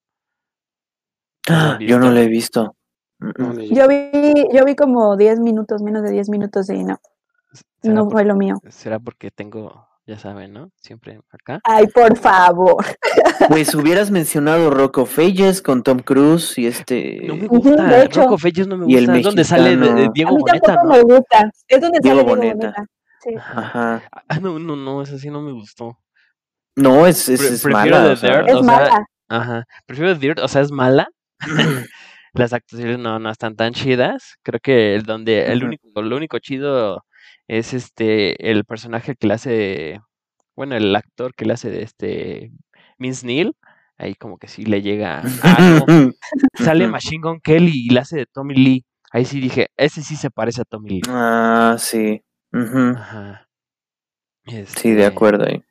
Speaker 2: ¿No la han
Speaker 5: Ah, Yo no
Speaker 2: visto?
Speaker 5: la he visto. Mm,
Speaker 3: No,
Speaker 5: mm.
Speaker 3: ni yo.
Speaker 4: yo vi, yo vi como 10 minutos, menos de 10 minutos y no,
Speaker 2: ¿Será
Speaker 4: no
Speaker 2: por-
Speaker 4: fue lo mío.
Speaker 2: Será porque tengo, ya saben, ¿no? Siempre acá.
Speaker 4: Ay, por favor.
Speaker 5: Pues hubieras mencionado Rock of Ages con Tom Cruise y este.
Speaker 2: No me
Speaker 4: Eh, Ujú,
Speaker 2: gusta.
Speaker 4: de hecho.
Speaker 2: Rocco Felles no me
Speaker 5: Y el
Speaker 2: gusta. Es donde sale de- de
Speaker 5: mexicano.
Speaker 4: A
Speaker 2: Diego
Speaker 4: mí
Speaker 2: Boneta,
Speaker 4: tampoco
Speaker 2: ¿no?
Speaker 4: me gusta. Es donde
Speaker 5: Diego
Speaker 4: sale Diego
Speaker 5: Boneta.
Speaker 4: Boneta. Sí.
Speaker 2: Ajá.
Speaker 5: Ajá.
Speaker 2: Ah, no, no, no, esa sí no me gustó.
Speaker 5: No, es, es,
Speaker 2: Pre-
Speaker 5: es
Speaker 2: prefiero
Speaker 5: mala.
Speaker 2: The
Speaker 5: o sea.
Speaker 2: Dirt.
Speaker 4: Es
Speaker 2: O sea,
Speaker 4: mala.
Speaker 2: Ajá. Prefiero Dirt, o sea, es
Speaker 5: [LAUGHS]
Speaker 2: mala. [LAUGHS] Las actuaciones no, no están tan chidas. Creo que el donde el
Speaker 5: Ujú.
Speaker 2: único, lo único chido es este el personaje que le hace, bueno, el actor que le hace de este Vince Neil. Ahí como que sí le llega algo.
Speaker 5: [LAUGHS]
Speaker 2: sale
Speaker 5: Ujú.
Speaker 2: Machine Gun Kelly y la hace de Tommy Lee. Ahí sí dije, ese sí se parece a Tommy Lee.
Speaker 5: Ah, sí. Ujú.
Speaker 2: Ajá.
Speaker 5: Sí, de
Speaker 2: Este,
Speaker 5: acuerdo ahí.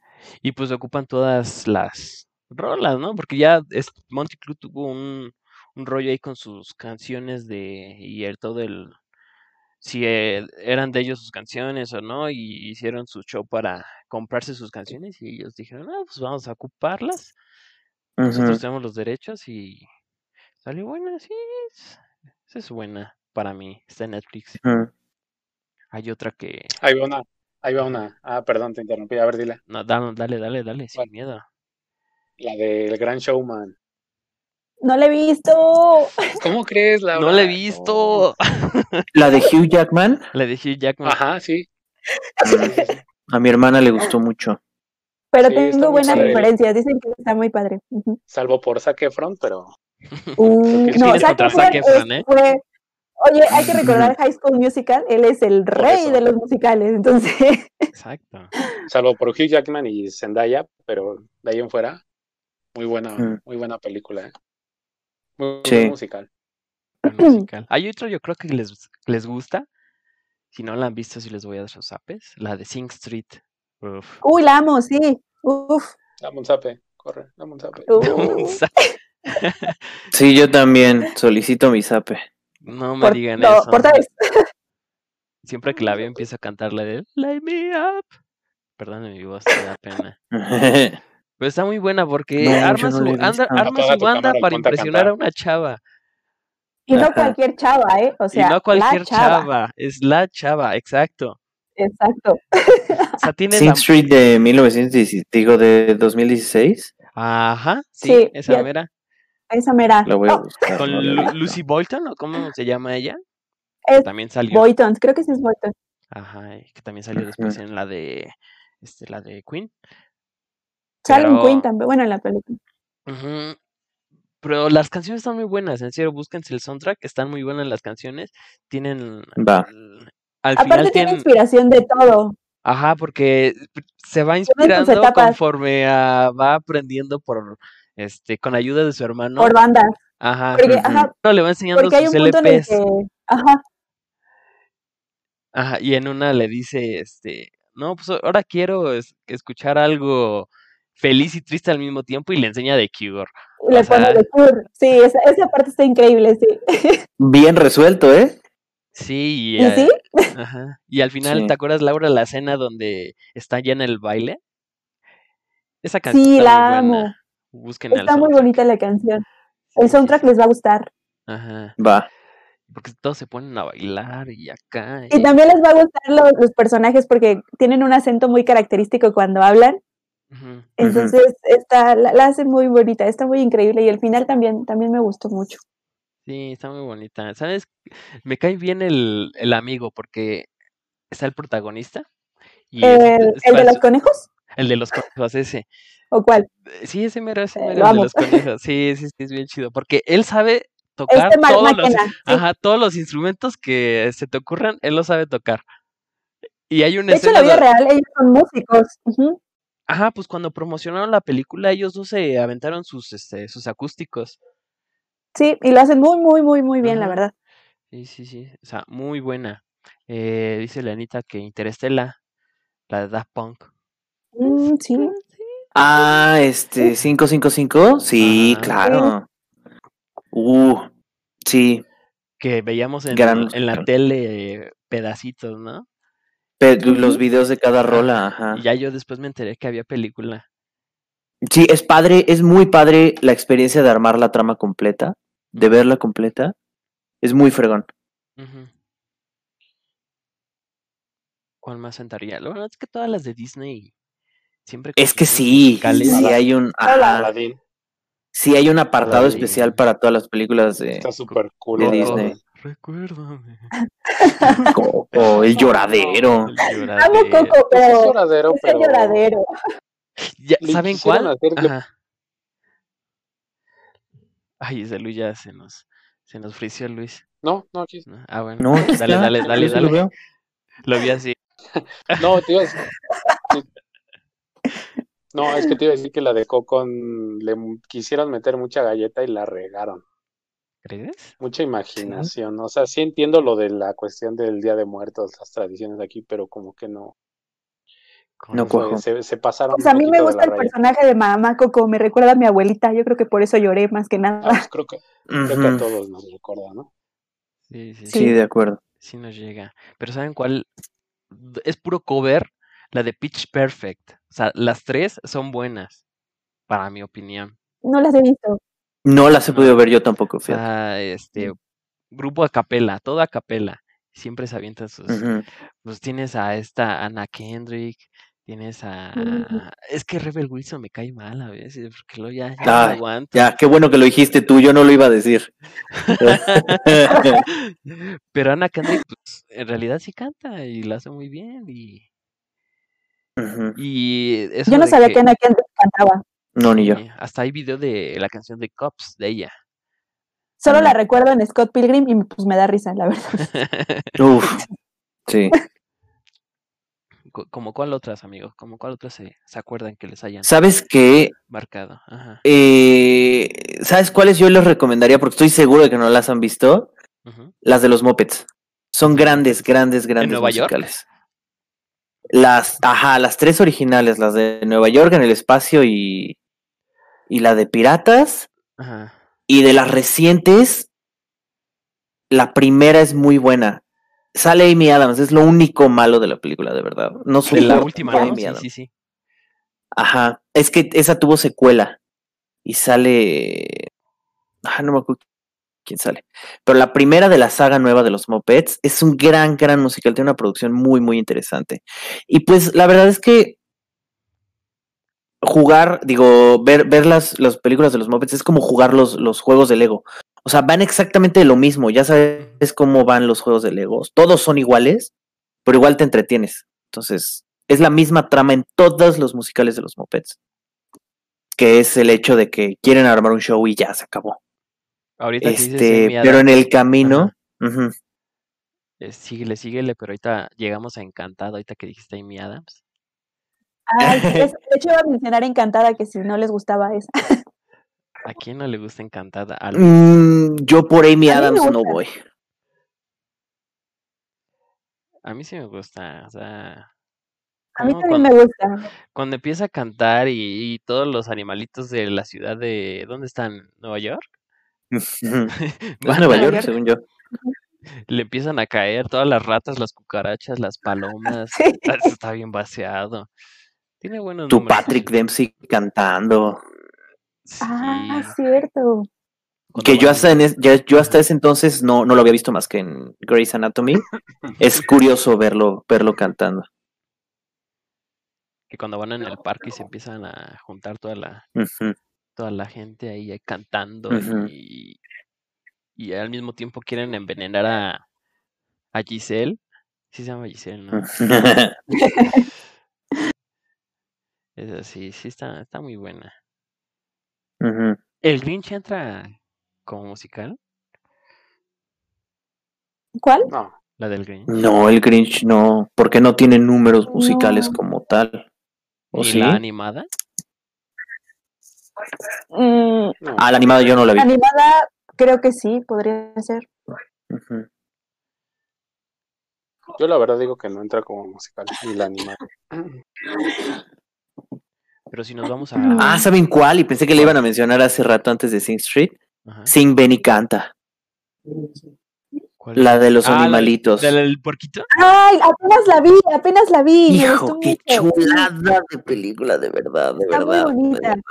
Speaker 2: Y pues ocupan todas las rolas, ¿no? Porque ya es, Monty Club tuvo un, un rollo ahí con sus canciones de y el todo el si eh, eran de ellos sus canciones o no y hicieron su show para comprarse sus canciones y ellos dijeron, "Ah, pues vamos a ocuparlas. Nosotros
Speaker 5: Ujú.
Speaker 2: tenemos los derechos y salió buena, sí. es- Esa es buena para mí. Está en Netflix.
Speaker 5: Ujú.
Speaker 2: Hay otra que.
Speaker 3: Ahí va una. Ahí va una. Ah, perdón, te interrumpí. A ver, dile.
Speaker 2: No, dale, dale, dale, dale, sin
Speaker 3: Bueno.
Speaker 2: miedo.
Speaker 3: La del Gran Showman.
Speaker 4: No la he visto.
Speaker 3: ¿Cómo crees, Laura?
Speaker 2: ¡No la he
Speaker 3: No.
Speaker 2: visto! [LAUGHS]
Speaker 5: La de Hugh Jackman,
Speaker 2: Le dije a Jackman. [LAUGHS]
Speaker 3: Ajá, sí. Sí,
Speaker 5: mm,
Speaker 3: sí, sí.
Speaker 5: a mi hermana le gustó mucho.
Speaker 4: Pero
Speaker 3: Sí, está
Speaker 4: tengo
Speaker 3: muy
Speaker 4: buenas
Speaker 5: padre.
Speaker 4: referencias. Dicen que está muy padre. Ujú.
Speaker 3: Salvo por Zac Efron, pero
Speaker 4: Uh,
Speaker 3: que sí
Speaker 4: no,
Speaker 2: tienes
Speaker 4: Zac
Speaker 2: contra Zac
Speaker 4: Efron
Speaker 2: Efron,
Speaker 4: es-
Speaker 2: ¿eh?
Speaker 4: fue- Oye, hay que recordar High School Musical. Él es el
Speaker 3: Por
Speaker 4: rey
Speaker 3: eso.
Speaker 4: de los musicales. Entonces, [LAUGHS]
Speaker 2: Exacto.
Speaker 3: salvo por Hugh Jackman y Zendaya, pero de ahí en fuera, muy buena,
Speaker 5: Mm.
Speaker 3: muy buena película. ¿eh? Muy
Speaker 5: Sí.
Speaker 3: buen musical.
Speaker 4: [CLEARS THROAT]
Speaker 2: el musical. Hay otro yo creo que les, les gusta. Si no la han visto, sí les voy a dar sus apes. La de Sing Street. Uf.
Speaker 4: Uy, la amo, sí.
Speaker 2: [LAUGHS]
Speaker 4: Uf.
Speaker 3: Dame un zape, corre, dame un zape.
Speaker 4: uh,
Speaker 5: Sí, yo también solicito
Speaker 2: [LAUGHS]
Speaker 5: mi zape.
Speaker 2: No me
Speaker 4: por-
Speaker 2: digan
Speaker 4: no,
Speaker 2: eso.
Speaker 4: por tres.
Speaker 2: Siempre que la veo empiezo a cantarla de Light Me Up. Perdónenme mi voz, me da pena. Pero está muy buena porque
Speaker 5: No, yo
Speaker 2: arma
Speaker 5: no
Speaker 2: su,
Speaker 5: la he visto.
Speaker 2: anda- arma
Speaker 3: Apaga
Speaker 2: su
Speaker 3: tu
Speaker 2: banda
Speaker 3: cámara y
Speaker 2: para
Speaker 3: ponte a
Speaker 2: impresionar a
Speaker 3: cantar.
Speaker 2: una chava.
Speaker 4: Y no
Speaker 5: Ajá.
Speaker 4: cualquier chava, ¿eh? O sea,
Speaker 2: y no cualquier
Speaker 4: la chava.
Speaker 2: chava, es la chava, exacto.
Speaker 4: Exacto.
Speaker 2: O sea, tiene
Speaker 5: Sing
Speaker 2: la...
Speaker 5: Street de 1916, digo de 2016.
Speaker 2: Ajá, sí,
Speaker 4: Sí,
Speaker 2: esa
Speaker 4: ya-
Speaker 2: mera.
Speaker 4: Esa mera.
Speaker 5: La voy a
Speaker 4: Oh,
Speaker 5: buscar.
Speaker 2: Ah. Con
Speaker 5: no la he
Speaker 2: Lu-
Speaker 5: visto.
Speaker 2: Lucy Bolton, ¿o cómo se llama ella?
Speaker 4: Es
Speaker 2: También salió.
Speaker 4: Boyton, creo que sí es Boyton.
Speaker 2: Ajá, y que también salió después en la de este, la de Queen.
Speaker 4: Sale en
Speaker 2: Pero-
Speaker 4: Queen también, bueno, en la película.
Speaker 2: Ujú. Pero las canciones están muy buenas, en serio, búsquense el soundtrack, están muy buenas las canciones. Tienen
Speaker 5: Va.
Speaker 2: al, al
Speaker 4: Aparte
Speaker 2: final
Speaker 4: tiene
Speaker 2: tienen,
Speaker 4: inspiración de todo.
Speaker 2: ajá, porque se va
Speaker 4: sus
Speaker 2: inspirando
Speaker 4: etapas.
Speaker 2: conforme a- va aprendiendo por este con ayuda de su hermano.
Speaker 4: Por bandas.
Speaker 2: Ajá.
Speaker 4: Porque,
Speaker 5: ujú.
Speaker 4: ajá,
Speaker 2: No, le va enseñando
Speaker 4: porque hay un
Speaker 2: sus
Speaker 4: punto en el
Speaker 2: LPs.
Speaker 4: que. Ajá,
Speaker 2: Ajá, y en una le dice, este, no, pues ahora quiero es- escuchar algo feliz y triste al mismo tiempo y le enseña de Cure.
Speaker 4: y le
Speaker 2: O sea-
Speaker 4: pone de Cure. Sí, esa, esa parte está increíble, sí.
Speaker 5: Bien resuelto, ¿eh?
Speaker 2: Sí, y,
Speaker 4: ¿Y
Speaker 2: eh,
Speaker 4: sí?
Speaker 2: ajá. Y al final,
Speaker 5: Sí.
Speaker 2: ¿te acuerdas, Laura, la escena donde está ya en el baile? Esa canción
Speaker 4: Sí,
Speaker 2: está
Speaker 4: la
Speaker 2: muy buena.
Speaker 4: amo.
Speaker 2: Busquen al
Speaker 4: Está muy
Speaker 2: soundtrack.
Speaker 4: bonita la canción.
Speaker 2: Sí,
Speaker 4: El
Speaker 2: sí,
Speaker 4: soundtrack
Speaker 2: sí.
Speaker 4: les va a gustar.
Speaker 2: Ajá.
Speaker 5: Va.
Speaker 2: Porque todos se ponen a bailar y acá.
Speaker 4: Y
Speaker 2: y-
Speaker 4: también les va a gustar lo- los personajes porque tienen un acento muy característico cuando hablan.
Speaker 2: Ujú.
Speaker 5: Ujú.
Speaker 4: Entonces, está, la, la hace muy bonita, está muy increíble. Y el final también, también me gustó mucho.
Speaker 2: Sí, está muy bonita. ¿Sabes? Me cae bien el, el amigo porque está el protagonista. Y es-
Speaker 4: el,
Speaker 2: es
Speaker 4: ¿el de
Speaker 2: falso-
Speaker 4: los conejos?
Speaker 2: El de los conejos, ese.
Speaker 4: ¿O cuál?
Speaker 2: Eh, Sí, ese mero, ese
Speaker 4: Eh,
Speaker 2: mero,
Speaker 4: lo
Speaker 2: el de
Speaker 4: amo.
Speaker 2: los conejos. Sí, sí, sí, es bien chido. Porque él sabe tocar
Speaker 4: Este Mark
Speaker 2: todos los,
Speaker 4: McKenna. sí.
Speaker 2: ajá, todos los instrumentos que se te ocurran, él lo sabe tocar. Y hay una
Speaker 4: De hecho, en la
Speaker 2: escena.
Speaker 4: vida
Speaker 2: do-
Speaker 4: real, ellos son músicos. ujú.
Speaker 2: Ajá, pues cuando promocionaron la película, ellos dos se aventaron sus, este, sus acústicos.
Speaker 4: Sí, y lo hacen muy, muy, muy, muy bien, la
Speaker 2: Ajá.
Speaker 4: verdad.
Speaker 2: Sí, sí, sí. O sea, muy buena. Eh, dice Leanita que Interestela, la de Daft Punk.
Speaker 4: Mm, sí.
Speaker 5: Ah, este, 555. Sí,
Speaker 2: Ajá.
Speaker 5: claro. Uh, sí.
Speaker 2: Que veíamos en,
Speaker 5: Gran
Speaker 2: en la
Speaker 5: musical.
Speaker 2: tele eh, pedacitos, ¿no?
Speaker 5: Pe-
Speaker 4: Ujú.
Speaker 5: Los videos de cada rola,
Speaker 2: Y
Speaker 5: ajá.
Speaker 2: ya yo después me enteré que había película.
Speaker 5: Sí, es padre, es muy padre la experiencia de armar la trama completa, de verla completa. Es muy fregón.
Speaker 2: Ujú. ¿Cuál más sentaría? Lo bueno es que todas las de Disney siempre.
Speaker 5: Es que
Speaker 2: contienen
Speaker 5: sí,
Speaker 2: musicales.
Speaker 5: sí hay un, ajá,
Speaker 3: Aladdin,
Speaker 5: sí hay un apartado
Speaker 2: Aladdin.
Speaker 5: especial para todas las películas de
Speaker 3: está súper cool.
Speaker 5: de
Speaker 2: Coco,
Speaker 3: Aladdin.
Speaker 5: Disney.
Speaker 2: Recuérdame.
Speaker 5: Coco, el lloradero.
Speaker 2: El
Speaker 4: Amo
Speaker 2: lloradero.
Speaker 4: Coco,
Speaker 3: Pues es
Speaker 4: pero.
Speaker 3: lloradero,
Speaker 4: Es el
Speaker 3: pero
Speaker 4: lloradero.
Speaker 2: Ya,
Speaker 3: le
Speaker 2: ¿Saben
Speaker 3: quisieron
Speaker 2: cuál?
Speaker 3: hacer de-
Speaker 2: Ajá. Ay, ese Luis ya se nos, se nos frició Luis.
Speaker 3: No, no, aquí-
Speaker 2: ¿no? Ah, bueno.
Speaker 5: No, aquí
Speaker 2: dale,
Speaker 5: está,
Speaker 2: dale, dale,
Speaker 5: yo sí lo
Speaker 2: dale.
Speaker 5: veo.
Speaker 2: Lo vi así.
Speaker 3: no, te iba a decir- te- No, es que te iba a decir que la de Coco mm, le m- quisieron meter mucha galleta y la regaron.
Speaker 2: ¿Crees?
Speaker 3: Mucha imaginación. O sea, sí entiendo lo de la cuestión del Día de Muertos, las tradiciones de aquí, pero como que no.
Speaker 2: Con-
Speaker 5: No,
Speaker 3: fue-
Speaker 5: Cuajo.
Speaker 3: se, se pasaron
Speaker 4: Pues a
Speaker 3: un
Speaker 4: mí me
Speaker 3: poquito de
Speaker 4: gusta
Speaker 3: la
Speaker 4: el
Speaker 3: raya.
Speaker 4: personaje de mamá Coco, me recuerda a mi abuelita, yo creo que por eso lloré más que
Speaker 3: Ah,
Speaker 4: nada.
Speaker 3: pues creo que, creo que a
Speaker 5: Ujú,
Speaker 3: todos nos recuerda, ¿no?
Speaker 2: Sí, sí, sí.
Speaker 5: Sí, de acuerdo.
Speaker 2: Sí nos llega. Pero ¿saben cuál? D- Es puro cover, la de Pitch Perfect. O sea, las tres son buenas, para mi opinión.
Speaker 4: No las he visto.
Speaker 5: No las he
Speaker 2: No.
Speaker 5: podido ver yo tampoco,
Speaker 2: O
Speaker 5: fíjate.
Speaker 2: sea, este grupo a capela, todo a capela. Siempre se avientan sus.
Speaker 5: Ujú.
Speaker 2: Pues tienes a esta Anna Kendrick, tienes a. Es que Rebel Wilson me cae mal a veces, porque lo ya, ya no la
Speaker 5: Ay,
Speaker 2: aguanto.
Speaker 5: Ya, qué bueno que lo dijiste tú, yo no lo iba
Speaker 2: [LAUGHS]
Speaker 5: a decir. [LAUGHS]
Speaker 2: Pero Anna Kendrick, pues, en realidad sí canta y lo hace muy bien. Y,
Speaker 5: Ujú.
Speaker 2: y eso
Speaker 4: Yo no
Speaker 2: de
Speaker 4: sabía que Ana Kendrick cantaba.
Speaker 5: No, ni yo.
Speaker 2: Sí, eh, Hasta hay video de la canción de Cops de ella.
Speaker 4: Solo
Speaker 5: Mm.
Speaker 4: la recuerdo en Scott Pilgrim y pues me da risa, la verdad.
Speaker 5: Uf. Sí.
Speaker 2: Co- Como cuál otras, amigos, como cuál otras se, se acuerdan que les hayan
Speaker 5: ¿Sabes qué?
Speaker 2: marcado. Ajá.
Speaker 5: Eh, ¿Sabes cuáles yo les recomendaría? Porque estoy seguro de que no las han visto.
Speaker 2: Ujú.
Speaker 5: Las de los Muppets. Son grandes, grandes, grandes
Speaker 2: Nueva York?
Speaker 5: musicales. Las, ajá, las tres originales, las de Nueva York, en el espacio y, y la de Piratas.
Speaker 2: Ajá.
Speaker 5: Y de las recientes, la primera es muy buena. Sale Amy Adams, es lo único malo de la película, de verdad. No
Speaker 2: De la
Speaker 5: soporto
Speaker 2: última,
Speaker 5: a
Speaker 2: ¿no?
Speaker 5: Amy
Speaker 2: Sí,
Speaker 5: Adams.
Speaker 2: sí, sí.
Speaker 5: Ajá. Es que esa tuvo secuela. Y sale. Ah, no me acuerdo quién sale. Pero la primera de la saga nueva de los Mopeds es un gran, gran musical. Tiene una producción muy, muy interesante. Y pues la verdad es que jugar, digo, ver, ver las, las películas de los Mopeds es como jugar los, los juegos de Lego. O sea, van exactamente lo mismo. Ya sabes cómo van los juegos de Lego. Todos son iguales, pero igual te entretienes. Entonces, es la misma trama en todos los musicales de los Mopeds. Que es el hecho de que quieren armar un show y ya se acabó.
Speaker 2: Ahorita que dices
Speaker 5: Este,
Speaker 2: Amy
Speaker 5: pero en
Speaker 2: Adams,
Speaker 5: el camino. ujú,
Speaker 2: eh, síguele, síguele, pero ahorita llegamos a Encantado, ahorita que dijiste Amy Adams.
Speaker 4: Ay, es- de hecho, iba a mencionar encantada que si no les gustaba esa.
Speaker 2: ¿A quién no le gusta Encantada? A los-
Speaker 5: mm, yo por Amy
Speaker 4: A mí me
Speaker 5: Adams no
Speaker 4: gusta.
Speaker 5: voy.
Speaker 2: A mí sí me gusta, o sea...
Speaker 4: A mí
Speaker 2: no,
Speaker 4: también
Speaker 2: cuando-
Speaker 4: me [LAUGHS] gusta.
Speaker 2: cuando empieza a cantar y, y todos los animalitos de la ciudad de... ¿Dónde están? ¿Nueva York? [LAUGHS]
Speaker 5: Ujú.
Speaker 2: Van
Speaker 5: Es
Speaker 2: a
Speaker 5: Nueva York, según yo.
Speaker 2: Le empiezan a caer todas las ratas, las cucarachas, las palomas.
Speaker 4: Sí.
Speaker 2: Ah, [LAUGHS] eso Está bien vaciado. Tiene buenos
Speaker 5: Tu
Speaker 2: números.
Speaker 5: Patrick Dempsey cantando.
Speaker 4: Ah,
Speaker 2: Sí,
Speaker 4: cierto.
Speaker 2: cuando
Speaker 5: Que yo
Speaker 2: van-
Speaker 5: hasta, en es- ya- yo hasta ese entonces no, no lo había visto más que en
Speaker 2: [LAUGHS]
Speaker 5: Grey's Anatomy. Es curioso verlo, verlo cantando.
Speaker 2: que cuando van en el parque y se empiezan a juntar toda la,
Speaker 5: Ujú.
Speaker 2: toda la gente ahí eh, cantando
Speaker 5: Ujú.
Speaker 2: y, y al mismo tiempo quieren envenenar a, a Giselle. Sí se llama Giselle, ¿no?
Speaker 5: Ah.
Speaker 2: Es así, sí está, está muy buena.
Speaker 5: Ujú.
Speaker 2: ¿El Grinch entra como musical?
Speaker 4: ¿Cuál?
Speaker 3: No,
Speaker 2: ¿La del Grinch?
Speaker 5: No, el Grinch no, porque no tiene números musicales
Speaker 4: No.
Speaker 5: como tal. ¿O
Speaker 2: ¿Y
Speaker 5: sí?
Speaker 2: la animada?
Speaker 4: Mm,
Speaker 3: no.
Speaker 5: Ah, la animada yo no la vi.
Speaker 4: animada, creo que sí, podría ser.
Speaker 5: Ujú.
Speaker 3: Yo la verdad digo que no entra como musical ni la animada.
Speaker 2: Pero si nos vamos a...
Speaker 5: Ah, ¿saben cuál? Y pensé que le iban a mencionar hace rato antes de Sing Street.
Speaker 2: Ajá,
Speaker 5: Sing Benny Canta.
Speaker 2: ¿cuál
Speaker 5: La
Speaker 2: es?
Speaker 5: de los
Speaker 2: Ah, la-
Speaker 5: animalitos.
Speaker 2: ¿La del puerquito?
Speaker 4: Ay, apenas la vi, apenas la vi. me
Speaker 5: Hijo,
Speaker 4: gustó
Speaker 5: qué
Speaker 4: mucho.
Speaker 5: chulada de película, de verdad, de
Speaker 4: Está muy
Speaker 5: verdad. de
Speaker 4: bonita.
Speaker 5: verdad.